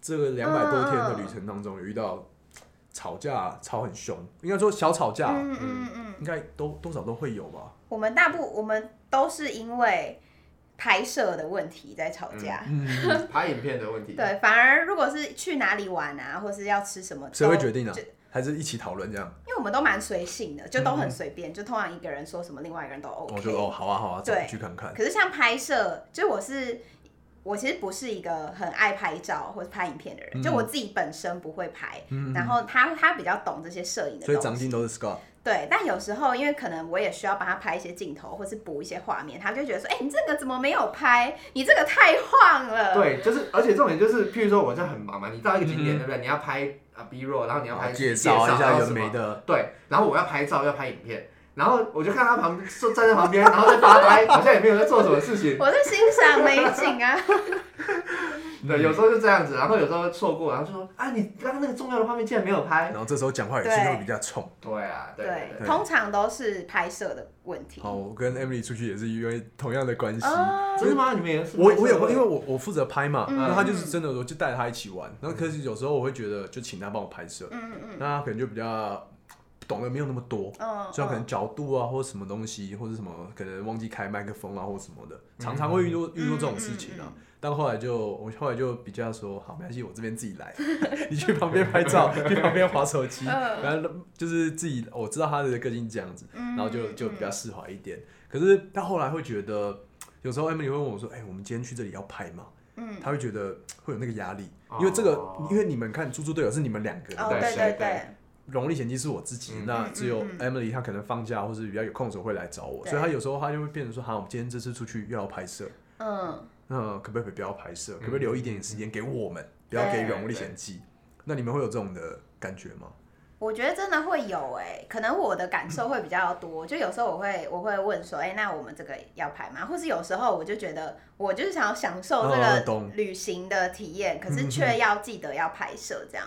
Speaker 1: 这个两百多天的旅程当中，有遇到吵架吵很凶，应该说小吵架，
Speaker 3: 嗯嗯嗯，
Speaker 1: 应该都多少都会有吧。
Speaker 3: 我们大部我们都是因为拍摄的问题在吵架。
Speaker 1: 嗯，
Speaker 2: 拍影片的问题，
Speaker 3: 对，反而如果是去哪里玩啊，或是要吃什么，
Speaker 1: 谁会
Speaker 3: 都
Speaker 1: 决定啊
Speaker 3: 就？
Speaker 1: 还是一起讨论这样？
Speaker 3: 因为我们都蛮随性的，就都很随便，就通常一个人说什么，另外一个人都 OK。
Speaker 1: 嗯我就哦，好啊好啊，走
Speaker 3: 对
Speaker 1: 去看看。
Speaker 3: 可是像拍摄，就我是我其实不是一个很爱拍照或者拍影片的人，
Speaker 1: 嗯
Speaker 3: 就我自己本身不会拍，
Speaker 1: 嗯
Speaker 3: 然后他他比较懂这些摄影的
Speaker 1: 所以
Speaker 3: 东
Speaker 1: 长
Speaker 3: 西。
Speaker 1: 进都是 Scott。
Speaker 3: 对，但有时候因为可能我也需要帮他拍一些镜头，或是补一些画面，他就会觉得说：“哎、你这个怎么没有拍？你这个太晃了。”
Speaker 2: 对，就是，而且重点就是，譬如说我在很忙嘛，你到一个景点，
Speaker 1: 嗯
Speaker 2: 对不对？你要拍啊 B roll，然后你要
Speaker 1: 然后
Speaker 2: 拍
Speaker 1: 介
Speaker 2: 绍
Speaker 1: 绍一下有
Speaker 2: 没
Speaker 1: 没的，
Speaker 2: 对，然后我要拍照，要拍影片，然后我就看他旁坐站在旁边，然后在发呆，好像也没有在做什么事情。
Speaker 3: 我在欣赏美 景啊，
Speaker 2: 对，有时候就这样子，然后有时候错过，然后就说啊，你刚刚那个重要的画面竟然没有拍
Speaker 1: 然。后这时候讲话语气
Speaker 3: 对
Speaker 1: 就会比较冲。
Speaker 2: 对啊，对对
Speaker 3: 对，
Speaker 2: 对，
Speaker 3: 通常都是拍摄的问题。
Speaker 1: 好，我跟 Emily 出去也是因为同样的关系。
Speaker 3: 哦
Speaker 2: 真的吗？你们也是？
Speaker 1: 我我有因为我我负责拍嘛，
Speaker 3: 嗯
Speaker 1: 那他就是真的，我就带他一起玩。然后可是有时候我会觉得，就请他帮我拍摄，
Speaker 3: 嗯嗯
Speaker 1: 那他可能就比较懂得没有那么多，
Speaker 3: 嗯，
Speaker 1: 所以他可
Speaker 3: 嗯
Speaker 1: 能角度啊，或者什么东西，或者什么可能忘记开麦克风啊，或什么的，
Speaker 3: 嗯
Speaker 1: 常常会遇到遇到这种事情啊。但后来就我后来就比较说，好，没关系，我这边自己来， 你去旁边拍 照，去旁边划手机，
Speaker 3: 嗯
Speaker 1: 然后就是自己我知道他的个性这样子，
Speaker 3: 嗯
Speaker 1: 然后就就比较释怀一点。可是到后来会觉得，有时候 Emily 会问我说，哎、我们今天去这里要拍吗？
Speaker 3: 嗯，
Speaker 1: 他会觉得会有那个压力，因为这个
Speaker 2: 哦，
Speaker 1: 因为你们看猪猪队友是你们两个人，
Speaker 3: 哦
Speaker 2: 对
Speaker 3: 对
Speaker 2: 对
Speaker 3: 对
Speaker 2: 对
Speaker 3: 对，
Speaker 1: 荣历险记是我自己，
Speaker 2: 嗯
Speaker 1: 那
Speaker 3: 嗯
Speaker 1: 只有
Speaker 3: 嗯
Speaker 1: Emily 她可能放假或是比较有空的时候会来找我，
Speaker 3: 对
Speaker 1: 所以她有时候她就会变成说，好，我们今天这次出去又要拍摄，
Speaker 3: 嗯
Speaker 1: 那可不可以不要拍摄？可不可以留一
Speaker 2: 嗯
Speaker 1: 点时间给我们，不要给
Speaker 3: 对
Speaker 1: 荣历险记？那你们会有这种的感觉吗？
Speaker 3: 我觉得真的会有哎、可能我的感受会比较多，就有时候我会我会问说，哎、那我们这个要排吗？或是有时候我就觉得我就是想要享受这
Speaker 1: 哦
Speaker 3: 个
Speaker 1: 懂
Speaker 3: 旅行的体验，
Speaker 2: 嗯
Speaker 3: 可是却要记得要拍摄这样。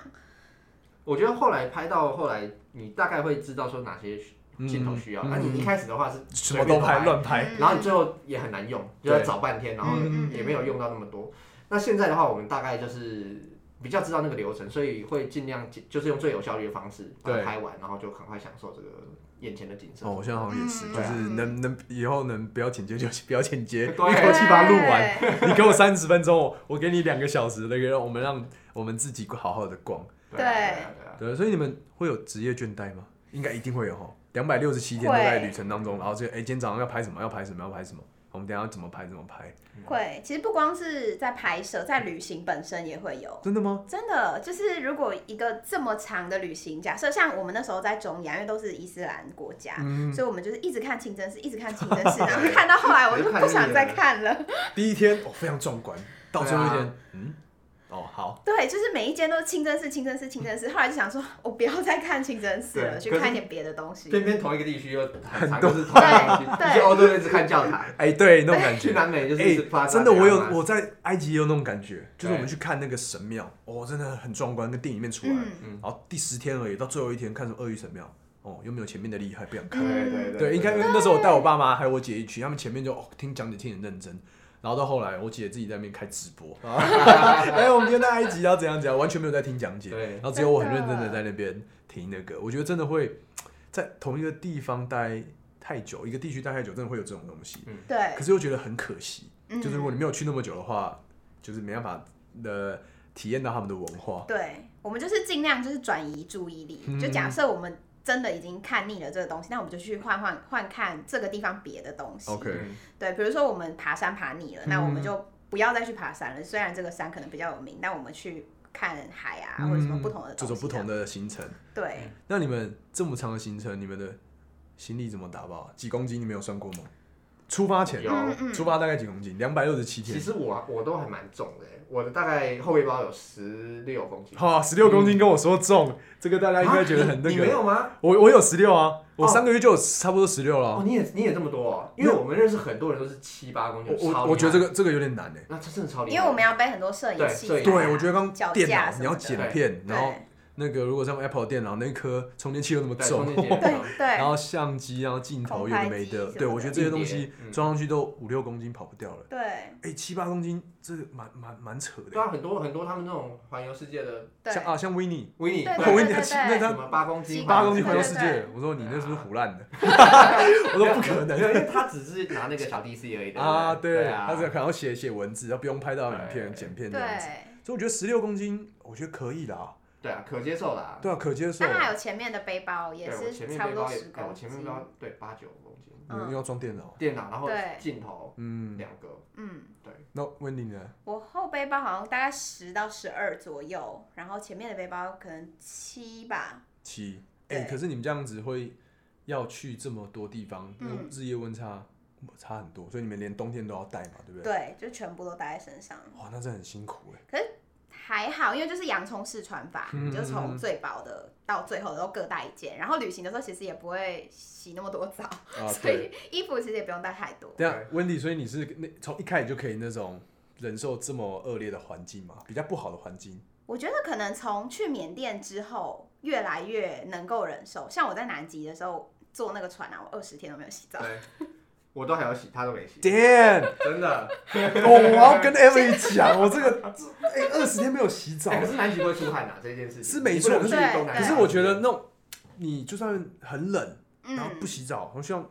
Speaker 2: 我觉得后来拍到后来，你大概会知道说哪些镜头需要。
Speaker 1: 嗯
Speaker 2: 那你一开始的话是
Speaker 1: 什么都
Speaker 2: 随
Speaker 1: 拍，
Speaker 2: 便
Speaker 1: 乱拍，
Speaker 2: 然后你最后也很难用，就要找半天，然后
Speaker 3: 嗯嗯嗯
Speaker 2: 也没有用到那么多。那现在的话，我们大概就是比较知道那个流程，所以会尽量尽就是用最有效率的方式把它
Speaker 1: 对
Speaker 2: 拍完，然后就赶快享受这个眼前的景色。
Speaker 1: 哦，我现在好像也是，
Speaker 3: 嗯
Speaker 1: 就是能能以后能不要剪接就 不要剪接，一
Speaker 2: 对
Speaker 1: 口气把它录完。
Speaker 3: 对，
Speaker 1: 你给我三十分钟，我我给你两个小时，那个我们让我们自己好好的逛。
Speaker 2: 对啊对啊对啊
Speaker 1: 对，所以你们会有职业倦怠吗？应该一定会有哈，两百六十七天都在旅程当中，然后就哎、今天早上要拍什么，要拍什么，要拍什么，我们等一下要怎么拍怎么拍，
Speaker 3: 会。其实不光是在拍摄，在旅行本身也会有。
Speaker 1: 真的吗？
Speaker 3: 真的就是，如果一个这么长的旅行，假设像我们那时候在中亚，因为都是伊斯兰国家，
Speaker 1: 嗯
Speaker 3: 所以我们就是一直看清真寺，一直看清真 寺，然后看到后来我就不想再看了。
Speaker 1: 第一天哦非常壮观，到最后一天，
Speaker 2: 对
Speaker 1: 嗯，哦好，
Speaker 3: 对，就是每一间都是清真寺，清真寺，清真寺。后来就想说，我不要再看清真寺了，
Speaker 2: 对
Speaker 3: 去
Speaker 2: 可是
Speaker 3: 看一点别的东西。
Speaker 2: 偏偏同一个地区又很常就是同一个东西，
Speaker 3: 对
Speaker 2: 你去欧洲一直看教堂，
Speaker 1: 哎、对那种感
Speaker 2: 去
Speaker 1: 觉。
Speaker 2: 南美就是
Speaker 1: 哎、
Speaker 2: 一直发
Speaker 1: 真的，我有
Speaker 2: 发
Speaker 1: 我在埃及也有那种感觉，就是我们
Speaker 2: 对
Speaker 1: 去看那个神庙，哦，真的很壮观，跟电影里面出来。
Speaker 3: 嗯
Speaker 2: 嗯
Speaker 1: 然后第十天而已，到最后一天看什么鳄鱼神庙，哦，又没有前面的厉害，不想看。
Speaker 2: 对对
Speaker 1: 对，应该因为那时候我带我爸妈还有我姐一起，他们前面就哦听讲解听很认真，然后到后来我姐自己在那边开直播，
Speaker 2: 哦
Speaker 1: 哎，我们今天在埃及要怎样怎样，完全没有在听讲解，
Speaker 2: 对
Speaker 1: 然后只有我很认真的在那边听那个，我觉得真的会在同一个地方待太久，一个地区待太久，真的会有这种东西，
Speaker 3: 对
Speaker 1: 可，是又觉得很可惜，
Speaker 3: 嗯
Speaker 1: 就是如果你没有去那么久的话，就是没办法呃体验到他们的文化，
Speaker 3: 对，我们就是尽量就是转移注意力。
Speaker 1: 嗯
Speaker 3: 就假设我们真的已经看腻了这个东西，那我们就去换换换看这个地方别的东西。
Speaker 1: OK
Speaker 2: 嗯
Speaker 3: 对，比如说我们爬山爬腻了，那我们就不要再去爬山了。虽然这个山可能比较有名，但我们去看海啊，或者什么不同的
Speaker 1: 这
Speaker 2: 啊
Speaker 3: 东
Speaker 1: 种
Speaker 3: 西、
Speaker 1: 不同。的行程。
Speaker 3: 对，
Speaker 1: 那你们这么长的行程，你们的行李怎么打包？啊几公斤？你没有算过吗？出发前
Speaker 2: 有，
Speaker 3: 嗯嗯
Speaker 1: 出发大概几公斤？两百六十七
Speaker 2: 其
Speaker 1: 天。
Speaker 2: 实我啊我都还蛮重的，欸我的大概后背包有十六公斤。
Speaker 1: 好，啊十六公斤跟我说重，这个大家应该觉得很
Speaker 2: 啊
Speaker 1: 那
Speaker 2: 你你没
Speaker 1: 个。
Speaker 2: 有吗？
Speaker 1: 我我有十六啊，我
Speaker 2: 哦
Speaker 1: 上个月就有差不多十六
Speaker 2: 哦，
Speaker 1: 了。啊
Speaker 2: 你也你也这么多、哦，因为我们认识很多人都是七八公
Speaker 1: 我
Speaker 2: 斤，超
Speaker 1: 我
Speaker 2: 厉害
Speaker 1: 我觉得这个这个有点难诶。
Speaker 2: 那这真的超厉害。
Speaker 3: 因为我们要背很多摄影器材啊，
Speaker 2: 对
Speaker 1: 对，我觉得刚
Speaker 3: 脚架
Speaker 1: 电脑
Speaker 3: 什么
Speaker 1: 你要
Speaker 3: 的
Speaker 1: 剪
Speaker 2: 对
Speaker 1: 片，然后
Speaker 3: 对
Speaker 1: 那个如果是用 Apple 电脑那一颗充电器又那么
Speaker 2: 对
Speaker 1: 重
Speaker 2: 充，电线
Speaker 3: 对对
Speaker 1: 然后相机，然后镜头有的没的，
Speaker 3: 空拍机什么的
Speaker 1: 对我觉得这些东
Speaker 2: 硬
Speaker 1: 西
Speaker 2: 碟嗯
Speaker 1: 装上去都五六公斤跑不掉了。
Speaker 3: 对
Speaker 1: 哎，七八公斤，这个蛮蛮蛮扯
Speaker 2: 对
Speaker 1: 的。
Speaker 2: 啊，很多很多他们那种环游世界的
Speaker 3: 对
Speaker 1: 像啊，像维尼，
Speaker 2: 维尼，
Speaker 3: 对
Speaker 1: 我
Speaker 3: 对
Speaker 1: 维
Speaker 2: 对
Speaker 1: 尼
Speaker 3: 对
Speaker 1: 那
Speaker 3: 对
Speaker 2: 什
Speaker 1: 他
Speaker 2: 么八公斤，
Speaker 1: 八公斤环游
Speaker 3: 对
Speaker 1: 世
Speaker 3: 对
Speaker 1: 界，我说你那是不是胡乱的？ 我
Speaker 2: 没
Speaker 1: 说
Speaker 2: 有
Speaker 1: 不可
Speaker 2: 没有
Speaker 1: 能
Speaker 2: 因 为他只是拿那个小 DC 而已对不对
Speaker 1: 啊！对，
Speaker 2: 啊，
Speaker 1: 他只可能要写写文字，他不用拍到影
Speaker 2: 对
Speaker 1: 片剪片这样子。
Speaker 3: 对。
Speaker 1: 所以我觉得十六公斤，我觉得可以啦，
Speaker 2: 对啊，可接受啦。
Speaker 1: 对啊，可接受
Speaker 3: 但。它嗯还有前面的背包，也
Speaker 2: 对我前
Speaker 3: 是
Speaker 2: 面
Speaker 3: 差
Speaker 2: 背
Speaker 3: 不多
Speaker 2: 包也
Speaker 3: 十，
Speaker 2: 哎我
Speaker 3: 公
Speaker 2: 前
Speaker 3: 斤。
Speaker 2: 面背包对八九公斤，
Speaker 1: 嗯，因为要装电脑。
Speaker 2: 电脑，然后
Speaker 3: 对
Speaker 2: 镜头
Speaker 1: 嗯，
Speaker 2: 两个，
Speaker 3: 嗯，
Speaker 2: 对，
Speaker 1: 那温妮呢？
Speaker 3: 我后背包好像大概十到十二左右，然后前面的背包可能七吧。
Speaker 1: 七。哎、
Speaker 3: 对
Speaker 1: 可是你们这样子会要去这么多地方，
Speaker 3: 嗯
Speaker 1: 日夜温差差很多，所以你们连冬天都要带嘛，对不对？
Speaker 3: 对，就全部都带在身上。
Speaker 1: 哇，那真的很辛苦哎、
Speaker 3: 还好，因为就是洋葱式穿法，
Speaker 1: 嗯
Speaker 3: 你就从最薄的到最厚的都各带一件。然后旅行的时候其实也不会洗那么多澡，
Speaker 1: 啊，
Speaker 3: 所
Speaker 1: 对。
Speaker 3: 以衣服其实也不用带太多。
Speaker 1: 这样，温迪，所以你是那从一开始就可以那种忍受这么恶劣的环境嘛，比较不好的环境。
Speaker 3: 我觉得可能从去缅甸之后，越来越能够忍受。像我在南极的时候坐那个船啊，我二十天都没有洗澡。
Speaker 2: 对，我都还要洗，他都没洗，
Speaker 1: Damn！
Speaker 2: 真的。
Speaker 1: 哦，我要跟 Emily 讲，我这个这哎二十天没有洗澡
Speaker 2: 哎，可是南极不会出汗啊，这件事情
Speaker 1: 是没错
Speaker 2: 你不能去
Speaker 3: 可是
Speaker 2: 东南亚
Speaker 1: 可是我觉得那种你就算很冷，然后
Speaker 3: 嗯
Speaker 1: 不，洗澡，好像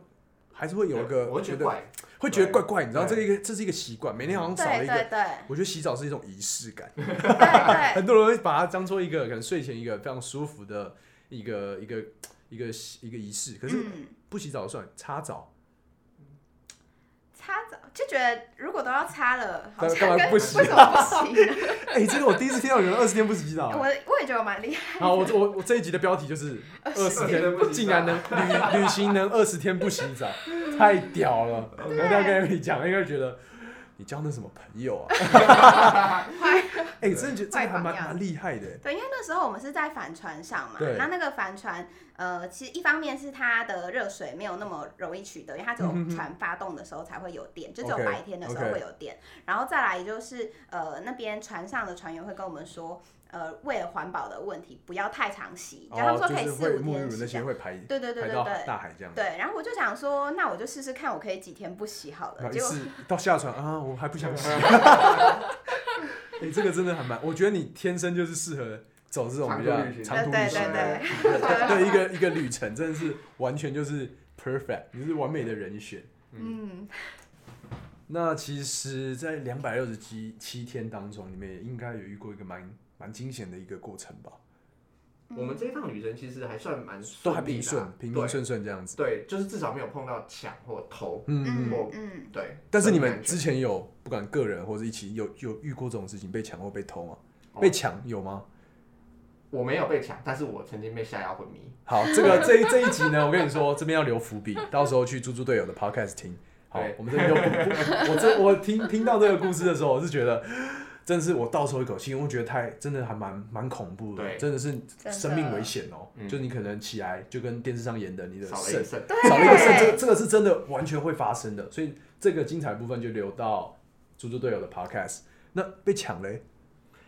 Speaker 1: 还是会有一个
Speaker 2: 我会觉得怪，
Speaker 1: 会觉得怪怪，你知道这
Speaker 2: 对
Speaker 1: 一个这是一个习惯，每天好像少了
Speaker 3: 对
Speaker 1: 一个。
Speaker 3: 对对
Speaker 1: 我觉得洗澡是一种仪式感，
Speaker 3: 对对，
Speaker 1: 很多人会把它当做一个可能睡前一个非常舒服的一个一个一个一个仪式。可是
Speaker 3: 嗯，
Speaker 1: 不洗澡就算，擦澡
Speaker 3: 擦澡就觉得如果都要擦了，好像
Speaker 1: 干嘛
Speaker 3: 跟
Speaker 1: 不洗
Speaker 3: 为什么不洗呢？
Speaker 1: 哎、真的我第一次听到有人二十天不洗
Speaker 3: 我
Speaker 1: 澡。啊
Speaker 3: 我也觉得我蛮厉害。
Speaker 1: 好，我我我这一集的标题就是二十
Speaker 2: 20
Speaker 1: 天
Speaker 2: 天不洗澡
Speaker 1: 竟然能旅旅行能二十天不洗澡，太屌了！我一定要跟你讲，应该觉得你交那什么朋友啊？哎、真的觉得这个还蛮
Speaker 3: 坏榜样
Speaker 1: 蛮厉害的。
Speaker 3: 对，因为那时候我们是在帆船上嘛
Speaker 1: 对，
Speaker 3: 那那个帆船，呃，其实一方面是它的热水没有那么容易取得，因为它只有
Speaker 1: 嗯哼哼
Speaker 3: 船发动的时候才会有电，就只有
Speaker 1: OK，
Speaker 3: 白天的时候
Speaker 1: OK
Speaker 3: 会有电。然后再来就是，呃，那边船上的船员会跟我们说，呃，为了环保的问题，不要太常洗，就他们说
Speaker 1: 哦，
Speaker 3: 可以
Speaker 1: 就是
Speaker 3: 四
Speaker 1: 会
Speaker 3: 五
Speaker 1: 沐
Speaker 3: 天
Speaker 1: 浴乳
Speaker 3: 洗
Speaker 1: 那
Speaker 3: 这
Speaker 1: 些
Speaker 3: 样。
Speaker 1: 会排
Speaker 3: 对对对
Speaker 1: 排
Speaker 3: 对
Speaker 1: 到
Speaker 3: 对。
Speaker 1: 大海这样。
Speaker 3: 对，然后我就想说，那我就试试看，我可以几天不洗好
Speaker 1: 然后
Speaker 3: 了。
Speaker 1: 一
Speaker 3: 结果
Speaker 1: 次一到下船啊，我还不想洗。哎、
Speaker 3: 嗯
Speaker 1: 这个真的还蛮，我觉得你天生就是适合走这种比较
Speaker 2: 长途旅行
Speaker 1: 长途
Speaker 3: 对
Speaker 1: 旅
Speaker 3: 对
Speaker 1: 行的
Speaker 3: 对对
Speaker 1: 对一个一个旅程，真的是完全就是 perfect，你是完美的人选。
Speaker 3: 嗯，
Speaker 1: 那其实，在两百六十七七天当中，你们也应该有遇过一个蛮蛮惊险的一个过程吧？
Speaker 2: 我们这一趟旅程其实还算蛮
Speaker 1: 都还
Speaker 2: 顺利
Speaker 1: 平
Speaker 2: 的
Speaker 1: 顺
Speaker 2: 啊，
Speaker 1: 平
Speaker 2: 对
Speaker 1: 平顺顺这样子。
Speaker 2: 对，就是至少没有碰到抢或偷，
Speaker 1: 嗯，
Speaker 3: 嗯
Speaker 2: 我
Speaker 3: 嗯，
Speaker 2: 对。
Speaker 1: 但是你
Speaker 2: 这
Speaker 1: 们
Speaker 2: 种感觉
Speaker 1: 之前有不管个人或者一起有有遇过这种事情被抢或被偷吗？
Speaker 2: 哦
Speaker 1: 被抢有吗？
Speaker 2: 我没有被抢，但是我曾经被下药昏迷。
Speaker 1: 好，这 个这一这一集呢，我跟你说，这边要留伏笔，到时候去猪猪队友的 podcast 听。好
Speaker 2: 对，
Speaker 1: 我们这边就不不，我这我听听到这个故事的时候，我是觉得，真是我倒抽一口气，因为我觉得太真的还蛮蛮恐怖的，
Speaker 2: 对
Speaker 1: 真的是
Speaker 3: 的
Speaker 1: 生命危险哦、
Speaker 2: 嗯
Speaker 1: 就你可能起来，就跟电视上演的，你的
Speaker 2: 少了
Speaker 1: 肾
Speaker 2: 一肾，
Speaker 3: 对，
Speaker 1: 少了一个肾，这个这个是真的完全会发生的，所以这个精彩部分就留到猪猪队友的 podcast。那被抢嘞，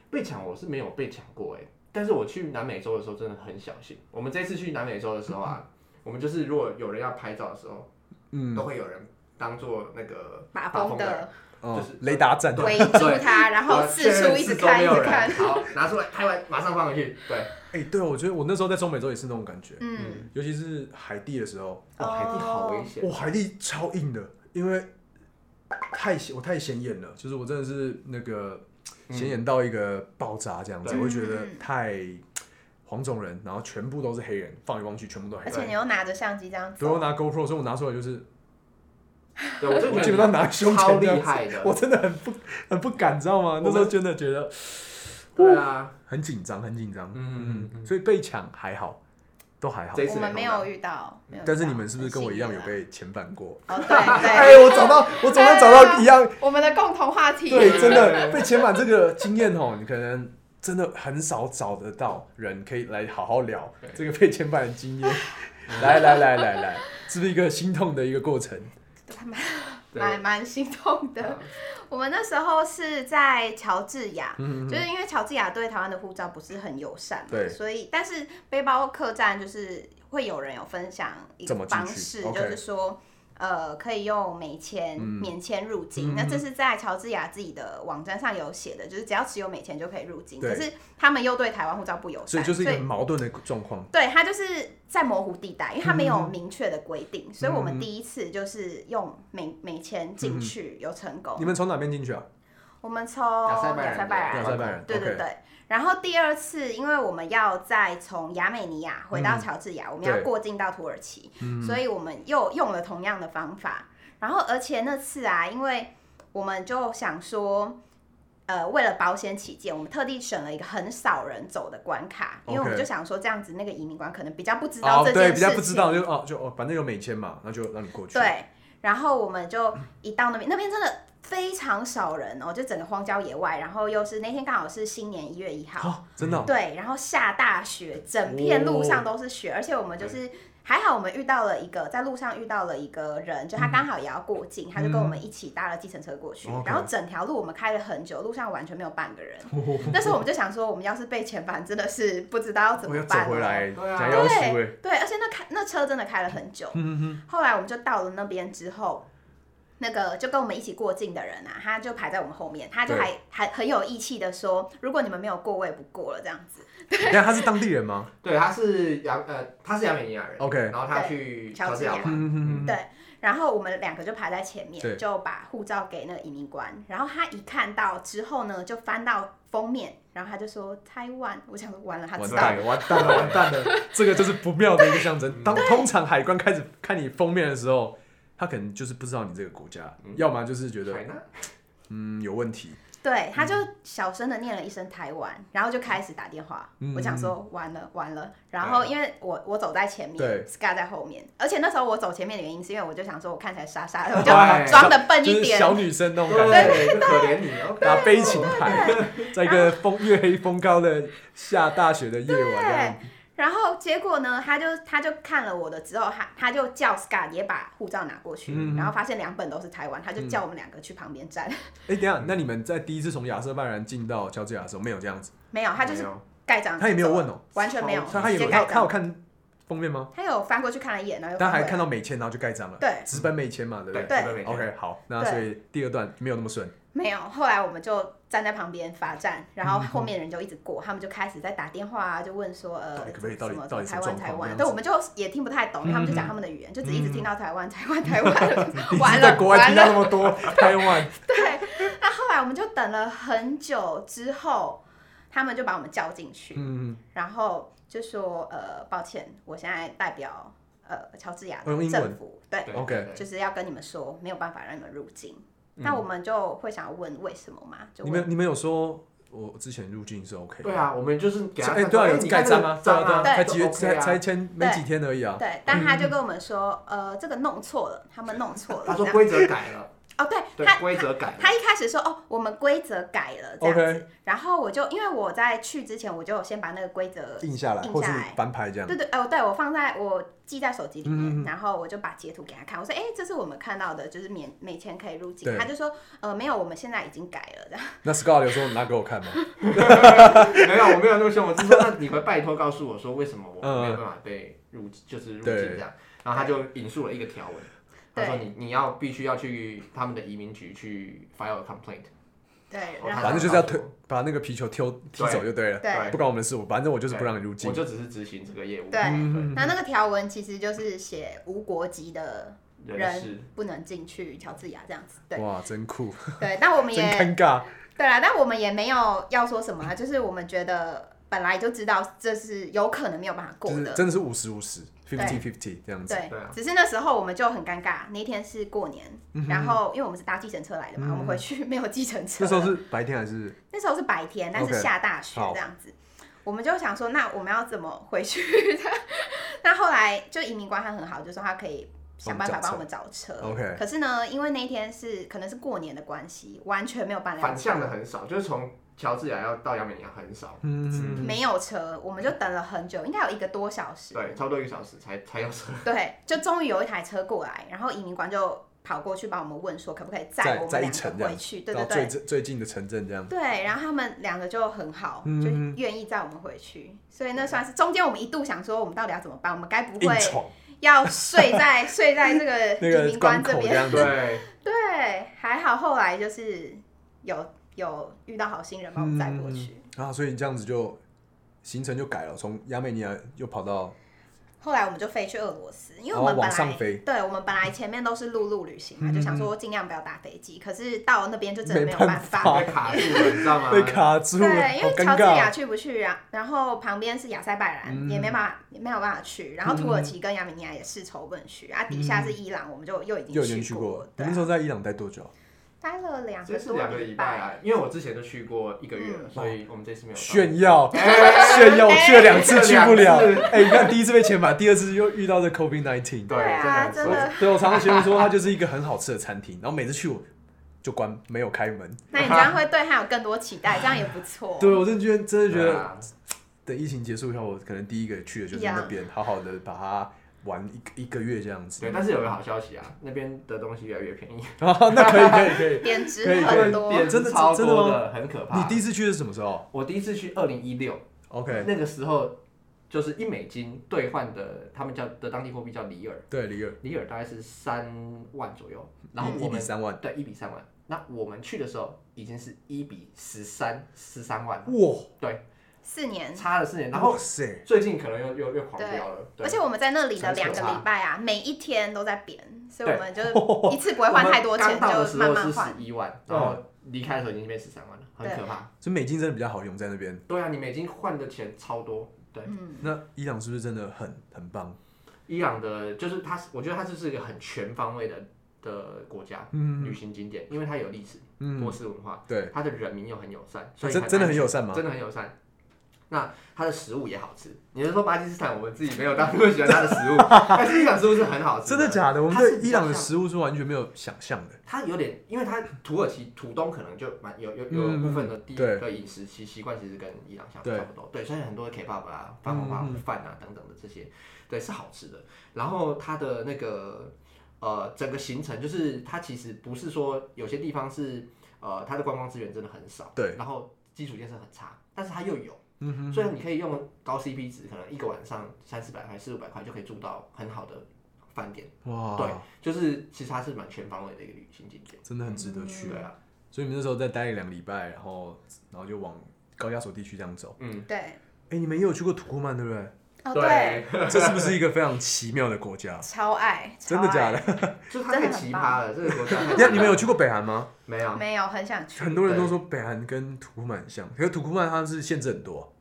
Speaker 2: 被抢我是没有被抢过哎、但是我去南美洲的时候真的很小心。我们这次去南美洲的时候啊，我们就是如果有人要拍照的时候，
Speaker 1: 嗯
Speaker 2: 都，会有人当做那个
Speaker 3: 把
Speaker 2: 风
Speaker 3: 风的
Speaker 2: 人，
Speaker 1: 哦
Speaker 2: 就是
Speaker 1: 雷达站，
Speaker 3: 围住它，然后
Speaker 2: 我
Speaker 3: 四
Speaker 2: 啊确认
Speaker 3: 处一直
Speaker 2: 周
Speaker 3: 看
Speaker 2: 没
Speaker 3: 一
Speaker 2: 有
Speaker 3: 直
Speaker 2: 人
Speaker 3: 看，
Speaker 2: 好拿出来拍完马上放回去。对，
Speaker 1: 哎、对，我觉得我那时候在中美洲也是那种感觉，
Speaker 3: 嗯，
Speaker 1: 尤其是海地的时候，
Speaker 3: 哦
Speaker 2: 哇，海地好危险
Speaker 1: 我，海地超硬的，因为太显我太显眼了，就是我真的是那个
Speaker 2: 嗯
Speaker 1: 显眼到一个爆炸这样子，
Speaker 2: 对
Speaker 1: 我会觉得
Speaker 3: 嗯
Speaker 1: 太黄种人，然后全部都是黑人，放眼望去全部都黑
Speaker 3: 而
Speaker 1: 人。
Speaker 3: 且你又拿着相机这样
Speaker 1: 对，我
Speaker 3: 走，
Speaker 1: 拿 GoPro，所以我拿出来就是，
Speaker 2: 对我真
Speaker 1: 我
Speaker 2: 的
Speaker 1: 基本
Speaker 2: 觉得
Speaker 1: 上拿胸
Speaker 2: 超
Speaker 1: 前这
Speaker 2: 厉
Speaker 1: 样子，
Speaker 2: 害的。
Speaker 1: 我真的很不很不敢，知道吗？那时候真的觉得
Speaker 2: 对啊，
Speaker 1: 很紧张，很紧张。
Speaker 2: 嗯嗯嗯
Speaker 1: 嗯，所以被抢还好，都还好
Speaker 2: 这。一
Speaker 3: 我
Speaker 2: 次没
Speaker 3: 们没
Speaker 2: 碰
Speaker 3: 有
Speaker 2: 到
Speaker 3: 遇到，没有遇
Speaker 1: 但是
Speaker 3: 到
Speaker 1: 你们是不是跟我一样有？
Speaker 3: 很幸运
Speaker 1: 被遣返过？
Speaker 3: 啊哦， 对
Speaker 1: 哎，
Speaker 3: 对，
Speaker 1: 我找到，我总算找
Speaker 3: 哎
Speaker 1: 到一样，
Speaker 3: 我们的共同话题，
Speaker 1: 对，真
Speaker 3: 哎
Speaker 2: 哎
Speaker 1: 的被遣返这个经验哦，你可能真的很少找得到人可以来好好聊
Speaker 2: 对
Speaker 1: 这个被遣返的经验。来来来来来，是不是一个心痛的一个过程？
Speaker 2: 对
Speaker 3: 蛮蛮心痛的。我们那时候是在乔治亚，
Speaker 1: 嗯
Speaker 3: 就是因为乔治亚对台湾的护照不是很友善嘛，
Speaker 1: 对
Speaker 3: 所以但是背包客栈就是会有人有分享一
Speaker 1: 怎
Speaker 3: 个
Speaker 1: 么进去
Speaker 3: 方式，就
Speaker 1: OK 嗯
Speaker 3: 是说。呃，可以用美签、免签入境，那这是在乔治亚自己的网站上有写的，就是只要持有美签就可以入境。
Speaker 1: 对
Speaker 3: 可是他们又对台湾护照不友
Speaker 1: 所
Speaker 3: 善，
Speaker 1: 以就是一个很矛盾的状况。
Speaker 3: 对，它就是在模糊地带，因为它没
Speaker 1: 嗯
Speaker 3: 有明确的规定，所以我们第一次就是用美美签进去有成功。
Speaker 1: 嗯你们从哪边进去啊？
Speaker 3: 我们从
Speaker 2: 亚塞拜然
Speaker 3: 哦亚塞拜
Speaker 1: 亚
Speaker 3: 然，
Speaker 1: 塞拜然，
Speaker 3: 对对
Speaker 1: OK
Speaker 3: 对。然后第二次，因为我们要再从亚美尼亚回到乔治亚，我们要
Speaker 1: 嗯对嗯
Speaker 3: 过境到土耳其，所以我们又用了同样的方法。然后而且那次啊，因为我们就想说。呃，为了保险起见，我们特地选了一个很少人走的关卡，因为我们
Speaker 1: OK
Speaker 3: 就想说这样子那个移民官可能比较不知
Speaker 1: 哦，
Speaker 3: 道这件事情，
Speaker 1: 对，比较不知道就哦就哦，反正有美签嘛，那就让你过去。
Speaker 3: 对，然后我们就一到那边，那边真的非常少人哦，就整个荒郊野外，然后又是那天刚好是新年一月一号，
Speaker 1: 好，真的哦
Speaker 3: 对，然后下大雪，整片路上都是雪，而且我们就是。还好我们遇到了一个，在路上遇到了一个人，就他刚好也要过境，他就跟我们一起搭了计程车过去。
Speaker 1: 嗯哦 OK
Speaker 3: 然后整条路我们开了很久，路上完全没有半 个人。那时候我们就想说，我们要是被遣返，真的是不知道要怎
Speaker 1: 我
Speaker 3: 么
Speaker 1: 要走
Speaker 3: 办
Speaker 1: 回
Speaker 3: 了
Speaker 1: 来，
Speaker 2: 对啊
Speaker 1: 想要输哎
Speaker 3: 对。对，而且那开那车真的开了很久。
Speaker 1: 嗯
Speaker 3: 后来我们就到了那边之后，那个就跟我们一起过境的人啊，他就排在我们后面，他就还还很有义气的说，如果你们没有过，我也不过了这样子。
Speaker 1: 等一下他是当地人吗？
Speaker 2: 对，他是亚呃，他是亚美尼亚人
Speaker 1: OK
Speaker 2: 然后他去
Speaker 3: 乔
Speaker 2: 乔
Speaker 3: 治
Speaker 2: 治
Speaker 3: 亚
Speaker 2: 亚
Speaker 3: 嗯
Speaker 2: 玩，
Speaker 1: 嗯，
Speaker 3: 对，然后我们两个就排在前
Speaker 1: 对
Speaker 3: 面，就把护照给那个移民官，然后他一看到之后呢，就翻到封面，然后他就说台湾，我想说完了，他
Speaker 1: 完
Speaker 3: 知道
Speaker 1: 蛋了，完蛋 了，完蛋了！这个就是不妙的一个象征。当通常海关开始看你封面的时候，他可能就是不知道你这个国家，要么就是觉得
Speaker 2: 海南
Speaker 1: 嗯有问题。
Speaker 3: 对，他就小声的念了一声台湾，然后就开始打电话。
Speaker 1: 嗯
Speaker 3: 我想说完了完了，然后因为我我走在前
Speaker 1: 对
Speaker 3: 面，Sky 在后面，而且那时候我走前面的原因是因为我就想说我看起来 傻傻的，我
Speaker 1: 哎
Speaker 3: 就装的笨
Speaker 1: 就
Speaker 3: 一
Speaker 1: 是
Speaker 3: 点。
Speaker 1: 小女生那种感觉，
Speaker 2: 对，就可怜你，OK，
Speaker 1: 拿悲情牌，在一个风月黑风高的下大雪的夜晚这样，
Speaker 3: 然后结果呢，他就他就看了我的之后，他他就叫 Sky 也把护照拿过去，
Speaker 1: 嗯
Speaker 3: 然后发现两本都是台湾，他就叫我们两个去旁边站。
Speaker 1: 哎、等一下，那你们在第一次从亚瑟曼然进到乔治亚的时候没有这样子？
Speaker 3: 没有，他就是
Speaker 2: 没有
Speaker 3: 盖章，
Speaker 1: 他也没有问哦、
Speaker 3: 完全没有，
Speaker 1: 他他
Speaker 3: 嗯直接
Speaker 1: 有
Speaker 3: 盖
Speaker 1: 他他有
Speaker 3: 章。
Speaker 1: 看封面吗？
Speaker 3: 他有翻过去看了一眼，然后又
Speaker 1: 但
Speaker 3: 翻
Speaker 1: 还
Speaker 3: 回来
Speaker 1: 看到美签，然后就盖章了。
Speaker 3: 对
Speaker 1: 直奔美签嘛，对不
Speaker 2: 对
Speaker 1: 对
Speaker 3: 对
Speaker 2: 日本美国
Speaker 1: OK，好，那
Speaker 3: 对
Speaker 1: 所以第二段没有那么顺，
Speaker 3: 没有，后来我们就站在旁边罚站，然后后面人就一直过，他们就开始在打电话啊，就问说呃
Speaker 1: 嗯到底可不可以
Speaker 3: 什
Speaker 1: 到
Speaker 3: 么
Speaker 1: 底到底什
Speaker 3: 台
Speaker 1: 么
Speaker 3: 湾
Speaker 1: 状
Speaker 3: 台
Speaker 1: 况这样
Speaker 3: 湾，
Speaker 1: 子
Speaker 3: 对，我们就也听不太懂，因为他们
Speaker 1: 嗯
Speaker 3: 就讲他们的语言，就只一直听到台湾台 湾台湾，
Speaker 1: 第一次
Speaker 3: 完
Speaker 1: 在
Speaker 3: 了
Speaker 1: 国外
Speaker 3: 完
Speaker 1: 听到
Speaker 3: 了，
Speaker 1: 那么多 台 湾，
Speaker 3: 对。那后来我们就等了很久之后，他们就把我们叫进去，
Speaker 1: 嗯，
Speaker 3: 然后就说呃抱歉，我现在代表呃乔治亚
Speaker 1: 我用
Speaker 3: 的
Speaker 1: 英文
Speaker 3: 政府，对，
Speaker 2: 对
Speaker 1: OK
Speaker 2: 对
Speaker 3: 就是要跟你们说没有办法让你们入境。那我们就会想要问为什么嘛？就
Speaker 1: 嗯你
Speaker 3: 问
Speaker 1: 们你们有说我之前入境是 OK，
Speaker 2: 对啊，我们就是给他
Speaker 1: 哎、
Speaker 2: 看
Speaker 1: 对
Speaker 2: 说，
Speaker 1: 啊，
Speaker 2: 哎
Speaker 1: 有
Speaker 2: 你
Speaker 1: 盖
Speaker 2: 看
Speaker 1: 章
Speaker 2: 这个
Speaker 1: 对啊对啊，
Speaker 2: 章
Speaker 1: 才
Speaker 2: 就
Speaker 1: 几月
Speaker 2: OK
Speaker 1: 才
Speaker 2: 啊
Speaker 1: 才签没几天而已啊，
Speaker 3: 对，但他就跟我们说，呃，这个弄错了，他们弄错了。
Speaker 2: 他
Speaker 3: 这
Speaker 2: 说
Speaker 3: 样
Speaker 2: 规则改了，
Speaker 3: 哦，对
Speaker 2: 对
Speaker 3: 他，
Speaker 2: 规则改了，
Speaker 3: 他一开始说哦，我们规则改了这样子。
Speaker 1: OK
Speaker 3: 然后我就因为我在去之前，我就有先把那个规则
Speaker 1: 印下来
Speaker 3: 印
Speaker 1: 或是
Speaker 3: 下来。
Speaker 1: 翻牌这样
Speaker 3: 对，对，哦，对我放在我记在手机里
Speaker 1: 嗯
Speaker 3: 面，然后我就把截图给他看，我说，哎，这是我们看到的，就是免免钱可以入境
Speaker 1: 对。
Speaker 3: 他就说，呃，没有，我们现在已经改了这样。
Speaker 1: 那 Scott 有说拿给我看吗？
Speaker 2: 没有，我没有那么凶，我是说那你们拜托告诉我说为什么我
Speaker 1: 嗯
Speaker 2: 没有办法被入，就是入境
Speaker 1: 对
Speaker 2: 这样，然后他就引述了一个条文，他说
Speaker 3: 嗯对
Speaker 2: 你你要必须要去他们的移民局去 file a complaint，
Speaker 3: 对，
Speaker 2: 哦
Speaker 3: 然
Speaker 2: 他
Speaker 1: 反正
Speaker 3: 后
Speaker 1: 就是要推把那个皮球丢踢走就对了，
Speaker 3: 对。
Speaker 1: 不关我们的事，我反正我就是不让你入境
Speaker 2: 我。就只是执行这个业务，
Speaker 3: 对
Speaker 1: 嗯
Speaker 3: 那那个条文其实就是写无国籍的
Speaker 2: 对，人事
Speaker 3: 人不能进去乔治亚这样子，对
Speaker 1: 哇，真酷，
Speaker 3: 对。但我们
Speaker 1: 真
Speaker 3: 也
Speaker 1: 尴尬。
Speaker 3: 对啦，但我们也没有要说什么啊，就是我们觉得本来就知道这是有可能没有办法过
Speaker 1: 就是
Speaker 3: 的，
Speaker 1: 真的是五十五十，fifty fifty 这样子。
Speaker 3: 对
Speaker 2: 对啊。
Speaker 3: 只是那时候我们就很尴尬，那一天是过年，
Speaker 1: 嗯
Speaker 3: 然后因为我们是搭计程车来的嘛，我们回去没有计程车，
Speaker 1: 那时候是白天还是？
Speaker 3: 那时候是白天，但
Speaker 1: OK，
Speaker 3: 是下大雪
Speaker 1: 好
Speaker 3: 这样子。我们就想说，那我们要怎么回去？来就移民官他很好，就说他可以想办法帮我们找车。
Speaker 1: OK
Speaker 3: 可是呢，因为那一天是可能是过年的关系，完全没有办
Speaker 2: 反
Speaker 3: 辆车，
Speaker 2: 向的很少，就是从乔治亚要到亚美尼亚很少，
Speaker 1: 嗯，
Speaker 3: 没有车，我们就等了很久，应该有一个多小时。
Speaker 2: 对，差不多一个小时才才有 车。
Speaker 3: 对，就终于有一台车过来，然后移民官就跑过去帮我们问说，可不可以载
Speaker 1: 再
Speaker 3: 我
Speaker 1: 再
Speaker 3: 们
Speaker 1: 一
Speaker 3: 两
Speaker 1: 层
Speaker 3: 个
Speaker 1: 这
Speaker 3: 回
Speaker 1: 样
Speaker 3: 去？，对
Speaker 1: 到最
Speaker 3: 对对。
Speaker 1: 最近的城镇这样。
Speaker 3: 对，然后他们两个就很好，就
Speaker 1: 嗯
Speaker 3: 愿意载我们回去，所以那算是中间我们一度想说，我们到底要怎么办？我们该不
Speaker 1: 硬
Speaker 3: 会
Speaker 1: 闯
Speaker 3: 要睡 在睡在这个
Speaker 1: 那
Speaker 3: 移
Speaker 1: 个
Speaker 3: 民
Speaker 1: 关
Speaker 3: 官这
Speaker 1: 口这
Speaker 3: 边？
Speaker 1: 样子，
Speaker 2: 对，
Speaker 3: 对，还好后来就是有有遇到好心人把我们载过去，
Speaker 1: 啊，所以这样子就行程就改了，从亚美尼亚又跑到
Speaker 3: 后来我们就飞去俄罗斯，因为
Speaker 1: 哦
Speaker 3: 我们本
Speaker 1: 往
Speaker 3: 来、
Speaker 1: 上飞嗯
Speaker 3: 对我们本来前面都是陆路旅行嘛，就想说尽量不要搭飞机，可是到那边就真的没有
Speaker 1: 没
Speaker 3: 办
Speaker 1: 办法
Speaker 2: 被卡住了，你知道吗？
Speaker 1: 被 卡住了，
Speaker 3: 对，因
Speaker 1: 好
Speaker 3: 为
Speaker 1: 尴
Speaker 3: 乔治亚
Speaker 1: 尬。
Speaker 3: 去不去啊？然后旁边是亚塞拜然，也没办法，也没有办法去。然后土耳其跟亚美尼亚也是仇问区、啊，底下是伊朗，我们就又已
Speaker 1: 又有
Speaker 3: 经
Speaker 1: 人
Speaker 3: 去
Speaker 1: 去过
Speaker 3: 过，，
Speaker 1: 你
Speaker 3: 对、
Speaker 1: 那时
Speaker 3: 啊，
Speaker 1: 候在伊朗待多久
Speaker 2: 哎
Speaker 1: 啊？
Speaker 3: 待了两
Speaker 2: 这
Speaker 3: 个
Speaker 2: 是
Speaker 3: 多
Speaker 2: 两个礼
Speaker 3: 拜
Speaker 2: 拜嗯啊，因为我之前都去过一个月了，所以我们这次没有到。
Speaker 1: 炫耀，炫耀！我去了两次，去不了
Speaker 2: 去了哎两。
Speaker 1: 哎，你看第一次被遣返，第二次又遇到这 COVID nineteen。
Speaker 2: 对
Speaker 3: 对啊
Speaker 2: 真
Speaker 3: 真
Speaker 2: 的
Speaker 3: 的
Speaker 2: 很
Speaker 1: 对，我常常形容说它就是一个很好吃的餐厅，然后每次去我就关，没有开门。
Speaker 3: 那你这样会对他有更多期待，这样也不错。
Speaker 1: 对，我真的觉得，真的
Speaker 2: 多
Speaker 1: 觉
Speaker 2: 对
Speaker 1: 得，
Speaker 2: 啊
Speaker 1: 等疫情结束以后，我可能第一个去的就是那边，好好的把它玩一个一个月这样子。
Speaker 2: 对，但是有个好消息啊，那边的东西越来越便宜，
Speaker 1: 啊， 那可以可以可以。
Speaker 3: 贬值
Speaker 1: 可以可以
Speaker 3: 很多，
Speaker 2: 变
Speaker 1: 真的
Speaker 2: 超
Speaker 1: 真的吗
Speaker 2: 多的，很 可怕。
Speaker 1: 你第一次去是什么时候
Speaker 2: 我第一次去二零一六，
Speaker 1: ？OK，
Speaker 2: 那个时候就是一美金兑换的，他们叫的当地货币叫里尔，
Speaker 1: 对，里尔
Speaker 2: 里尔大概是三万左右，然后
Speaker 1: 一
Speaker 2: 我
Speaker 1: 比
Speaker 2: 们
Speaker 1: 三万，
Speaker 2: 对一比三万，那我们去的时候已经是一比十三十三万，
Speaker 1: 哇，
Speaker 2: 对，
Speaker 3: 四年。
Speaker 2: 差了四年，然后
Speaker 1: 哇塞，
Speaker 2: 最近可能又又又狂飙了，对
Speaker 3: 而且我们在那里的两个
Speaker 2: 很可怕
Speaker 3: 礼拜啊，每一天都在贬，所以
Speaker 2: 对
Speaker 3: 我们就是一次不会换太多钱，
Speaker 2: 我们刚到的
Speaker 3: 就
Speaker 2: 时候
Speaker 3: 慢
Speaker 2: 是
Speaker 3: 慢
Speaker 2: 十
Speaker 3: 换。
Speaker 2: 一万，然后离开的时候已经变十三万了，很
Speaker 3: 对
Speaker 2: 可怕。
Speaker 1: 所以美金真的比较好用在那边。
Speaker 2: 对啊，你美金换的钱超多。对，
Speaker 3: 嗯
Speaker 1: 那伊朗是不是真的很很棒？
Speaker 2: 伊朗的，就是它是，我觉得它就是一个很全方位的的国家，
Speaker 1: 嗯
Speaker 2: 旅行景点，因为它有历史、波
Speaker 1: 嗯，
Speaker 2: 斯文化，
Speaker 1: 对，
Speaker 2: 它的人民又很友善，所以
Speaker 1: 真
Speaker 2: 安
Speaker 1: 真的很
Speaker 2: 全
Speaker 1: 友善吗？
Speaker 2: 真的很友善。那它的食物也好吃，你是说巴基斯坦我们自己没有当那么喜欢它的食物， 但是伊朗食物是很好吃
Speaker 1: 真的假的？我们
Speaker 2: 它是
Speaker 1: 对
Speaker 2: 比
Speaker 1: 伊
Speaker 2: 较
Speaker 1: 朗的
Speaker 2: 像
Speaker 1: 食物是完全没有想象的。
Speaker 2: 它有点，因为它土耳其土东可能就蛮有有有
Speaker 1: 嗯
Speaker 2: 部分的地
Speaker 1: 对
Speaker 2: 的饮食习习惯其实跟伊朗相
Speaker 1: 对
Speaker 2: 差不多，对，所以很多 K-pop 啊、饭红
Speaker 1: 嗯嗯
Speaker 2: 啊、饭啊等等的这些，对，是好吃的。然后它的那个呃整个行程就是它其实不是说有些地方是呃它的观光资源真的很少，
Speaker 1: 对，
Speaker 2: 然后基础建设很差，但是它又有，
Speaker 1: 嗯哼，
Speaker 2: 所以你可以用高 CP 值，可能一个晚上三四百块、四五百块就可以住到很好的饭店，对
Speaker 1: 哇，，
Speaker 2: 就是其实它是蛮全方位的一个旅行景点。
Speaker 1: 真的很值得去
Speaker 2: 对。啊，
Speaker 1: 所以你们那时候再待了两个礼拜，然后然后就往高加索地区这样走。
Speaker 2: 嗯，
Speaker 3: 对，
Speaker 1: 哎，你们也有去过土库曼对不 对？
Speaker 3: 哦对，，
Speaker 1: 这是不是一个非常奇妙的国家？
Speaker 3: 超爱，
Speaker 1: 真的假
Speaker 3: 的？
Speaker 1: 的？
Speaker 2: 就是它太奇葩了，这个国家太奇葩
Speaker 1: 那
Speaker 2: 了。
Speaker 1: 你们有去过北韩吗？
Speaker 2: 没有？
Speaker 3: 没有，很想去。
Speaker 1: 很多人都说北韩跟土库曼很像，可是土库曼它是限制很多。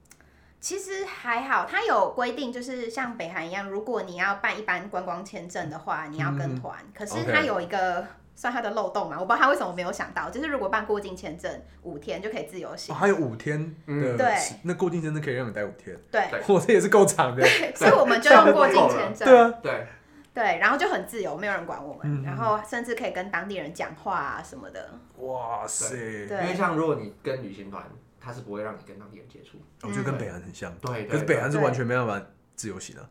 Speaker 3: 其实还好，它有规定，就是像北韩一样，如果你要办一般观光签证的话，你要跟团。可是
Speaker 1: OK
Speaker 3: 它有一个算它的漏洞嘛，我不知道它为什么没有想到，就是如果办过境签证，五天就可以自由
Speaker 1: 哦
Speaker 3: 行。
Speaker 1: 还有五天的
Speaker 2: 嗯
Speaker 3: 对
Speaker 1: 时，那过境真的可以让你待五天，
Speaker 3: 对，
Speaker 2: 对
Speaker 1: 我这也是够长的。
Speaker 3: 所以我们就用过境签证。
Speaker 1: 对啊，
Speaker 2: 对，
Speaker 3: 对，然后就很自由，没有人管我们，
Speaker 1: 嗯
Speaker 3: 然后甚至可以跟当地人讲话啊什么的。
Speaker 1: 哇塞，
Speaker 2: 因
Speaker 3: 对
Speaker 2: 为像如果你跟旅行团，他是不会让你跟当地人接触。
Speaker 1: 哦我
Speaker 2: 嗯
Speaker 1: 觉得跟北韩很像，
Speaker 2: 对，
Speaker 1: 可
Speaker 2: 对
Speaker 1: 是北韩是完全没办法自由行啊，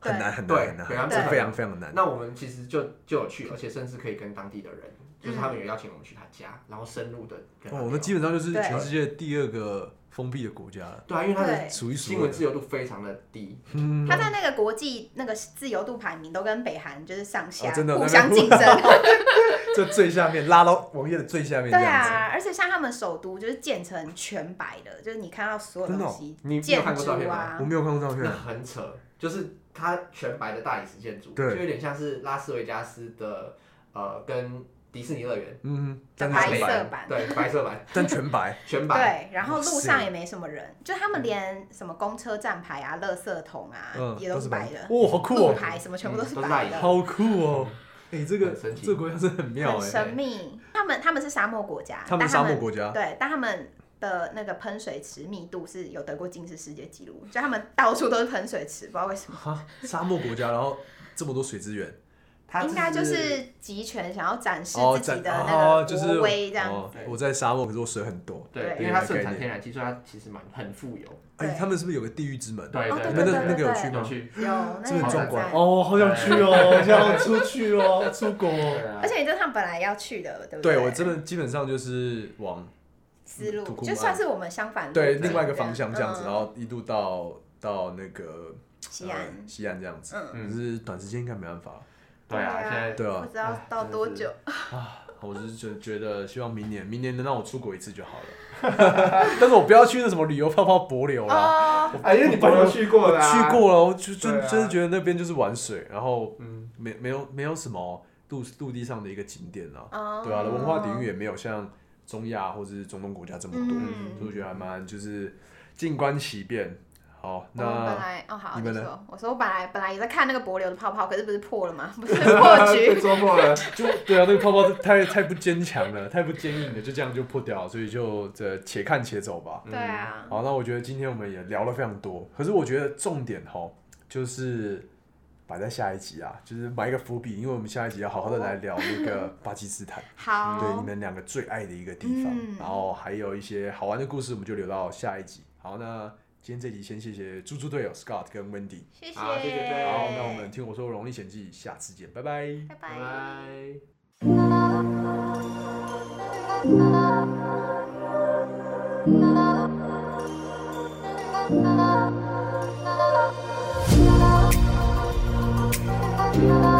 Speaker 3: 对
Speaker 1: 很难很难
Speaker 2: 对
Speaker 1: 很难，
Speaker 2: 北韩
Speaker 1: 这
Speaker 3: 真的
Speaker 1: 非常非常难
Speaker 2: 对。那我们其实就就有去，而且甚至可以跟当地的人，就是
Speaker 3: 嗯
Speaker 2: 他们有邀请我们去他家，然后深入的跟他
Speaker 1: 哦，
Speaker 2: 聊
Speaker 1: 那基本上就是
Speaker 3: 对
Speaker 1: 全世界第二个封闭的国家了，
Speaker 2: 对啊，因为他的
Speaker 3: 对
Speaker 1: 数一
Speaker 2: 新
Speaker 1: 数二
Speaker 2: 闻。自由度非常的低，
Speaker 1: 嗯，
Speaker 3: 他在那个国际那个自由度排名都跟北韩就是上下、
Speaker 1: 哦真的
Speaker 3: 互
Speaker 1: 那
Speaker 3: 相
Speaker 1: 个
Speaker 3: 竞争。
Speaker 1: 这最下面拉到网页的最下面这
Speaker 3: 对
Speaker 1: 样
Speaker 3: 啊，而且像他们首都就是建成全白的，就是你看到所有
Speaker 1: 真的
Speaker 3: 东
Speaker 1: 哦
Speaker 3: 西，
Speaker 2: 你你有
Speaker 3: 建
Speaker 2: 看过照
Speaker 3: 筑
Speaker 2: 片吗
Speaker 1: 子，
Speaker 3: 啊
Speaker 1: 我，没有看过照
Speaker 2: 那
Speaker 1: 片。
Speaker 2: 很扯，就是它全白的大理石建筑，就
Speaker 1: 对
Speaker 2: 有点像是拉斯维加斯的呃跟迪士尼乐园
Speaker 1: 嗯，但
Speaker 3: 的
Speaker 1: 是
Speaker 3: 白
Speaker 1: 全
Speaker 3: 色
Speaker 1: 白，
Speaker 3: 版。
Speaker 2: 对，白色版
Speaker 1: 但全白，
Speaker 2: 全白，
Speaker 3: 对，然后路上也没什么人，就他们连什么公车站牌啊、垃圾桶啊，
Speaker 1: 嗯，
Speaker 3: 也都
Speaker 1: 是
Speaker 3: 白
Speaker 1: 白
Speaker 3: 的，
Speaker 1: 哇，好酷
Speaker 3: 路
Speaker 1: 哦，
Speaker 3: 牌什么全部都是
Speaker 2: 嗯都是
Speaker 3: 白
Speaker 2: 大
Speaker 3: 的，
Speaker 1: 好酷哦，哎，这个
Speaker 2: 嗯很神奇
Speaker 1: 这个国家真的很妙
Speaker 3: 很
Speaker 1: 哎，
Speaker 3: 神秘。他们他们是沙漠国家，
Speaker 1: 他
Speaker 3: 但
Speaker 1: 们是
Speaker 3: 他
Speaker 1: 沙漠国家，
Speaker 3: 对，但他们的那个喷水池密度是有得过吉尼斯世界纪录，就他们到处都是喷水池，不知道为 什么，
Speaker 1: 哈，沙漠国家，然后这么多水资源，
Speaker 2: 他
Speaker 3: 应该就是集权想要展示
Speaker 1: 哦，
Speaker 3: 自己
Speaker 1: 在
Speaker 3: 的
Speaker 1: 哦
Speaker 3: 那，
Speaker 1: 就
Speaker 3: 个
Speaker 1: 是
Speaker 3: 国威这样子。
Speaker 1: 哦
Speaker 2: 对
Speaker 1: 我在沙漠，可是我水很多。
Speaker 2: 对
Speaker 3: 对，
Speaker 2: 因为它盛
Speaker 1: 概
Speaker 2: 产
Speaker 1: 念
Speaker 2: 天然气，所以它其实蛮很富有。
Speaker 1: 哎，
Speaker 3: 对
Speaker 1: 他们是不是有个地狱之门？
Speaker 2: 对
Speaker 3: 哦对
Speaker 1: 你
Speaker 2: 对
Speaker 1: 哎们那
Speaker 2: 对
Speaker 1: 那个有去
Speaker 3: 对
Speaker 1: 吗
Speaker 2: 有？去，
Speaker 3: 有那
Speaker 1: 这么
Speaker 3: 个
Speaker 1: 壮
Speaker 3: 很
Speaker 1: 观
Speaker 3: 赞，
Speaker 5: 哦，好想去 哦，想出去哦，出国
Speaker 2: 对
Speaker 5: 哦。
Speaker 2: 啊
Speaker 3: 而且你这趟本来要去的，对不
Speaker 1: 对
Speaker 3: 对
Speaker 1: 我真的基本上就是往
Speaker 3: 思
Speaker 1: 土
Speaker 3: 路
Speaker 1: 库
Speaker 3: 就
Speaker 1: 曼
Speaker 3: 算是我们相反路
Speaker 1: 啊对
Speaker 3: 径
Speaker 1: 另外一个
Speaker 3: 的
Speaker 1: 方向这样子，哦
Speaker 3: 嗯
Speaker 1: 然后一路到到那个
Speaker 3: 西
Speaker 1: 呃
Speaker 3: 安，
Speaker 1: 西安这样子，
Speaker 3: 嗯，
Speaker 1: 可是短时间应该没办法了。
Speaker 2: 对啊，现在
Speaker 1: 对啊
Speaker 3: 不知道
Speaker 2: 哎
Speaker 3: 到
Speaker 2: 真的
Speaker 3: 多
Speaker 2: 是
Speaker 3: 久。
Speaker 1: 我只是觉觉得，希望明年明年能让我出国一次就好了。 但是我不要去那什么旅游泡泡博流啦，
Speaker 3: 哦，
Speaker 2: 哎，因为你朋友去过
Speaker 1: 我
Speaker 2: 的啊，
Speaker 1: 去过了，我就
Speaker 2: 对
Speaker 1: 真
Speaker 2: 啊
Speaker 1: 真的觉得那边就是玩水，然后
Speaker 2: 嗯，
Speaker 1: 没没有没有什么陆陆地上的一个景点啊，
Speaker 3: 哦
Speaker 1: 对啊，文化底蕴也没有像中亚或者是中东国家这么多，
Speaker 3: 嗯
Speaker 1: 所以我觉得还蛮就是静观其变。好，
Speaker 3: 我们本
Speaker 1: 那
Speaker 3: 来哦好，
Speaker 1: 你
Speaker 3: 你
Speaker 1: 们呢
Speaker 3: 说，我说我本来本来也在看那个柏流的泡泡，可是不是破了吗？不是破
Speaker 2: 被
Speaker 3: 局，
Speaker 2: 捉过了，
Speaker 1: 就对啊，那个泡泡太太不坚强了，太不坚硬了，就这样就破掉了，所以就这且看且走吧。
Speaker 3: 对啊，
Speaker 1: 好，那我觉得今天我们也聊了非常多，可是我觉得重点哈就是摆在下一集啊，就是埋一个伏笔，因为我们下一集要好好的来聊那个巴基斯坦，嗯对你
Speaker 3: 哦好，
Speaker 1: 们两个最爱的一个地方，
Speaker 3: 嗯
Speaker 1: 然后还有一些好玩的故事，我们就留到下一集。好，那今天这集先谢谢猪猪队友 Scott 跟 Wendy，
Speaker 3: 谢谢，
Speaker 2: 好谢谢大家
Speaker 1: 好，那我们听我说《容易险记》，下次见，拜拜。
Speaker 3: 拜
Speaker 2: 拜
Speaker 3: 拜。
Speaker 2: 拜。
Speaker 6: Thank you.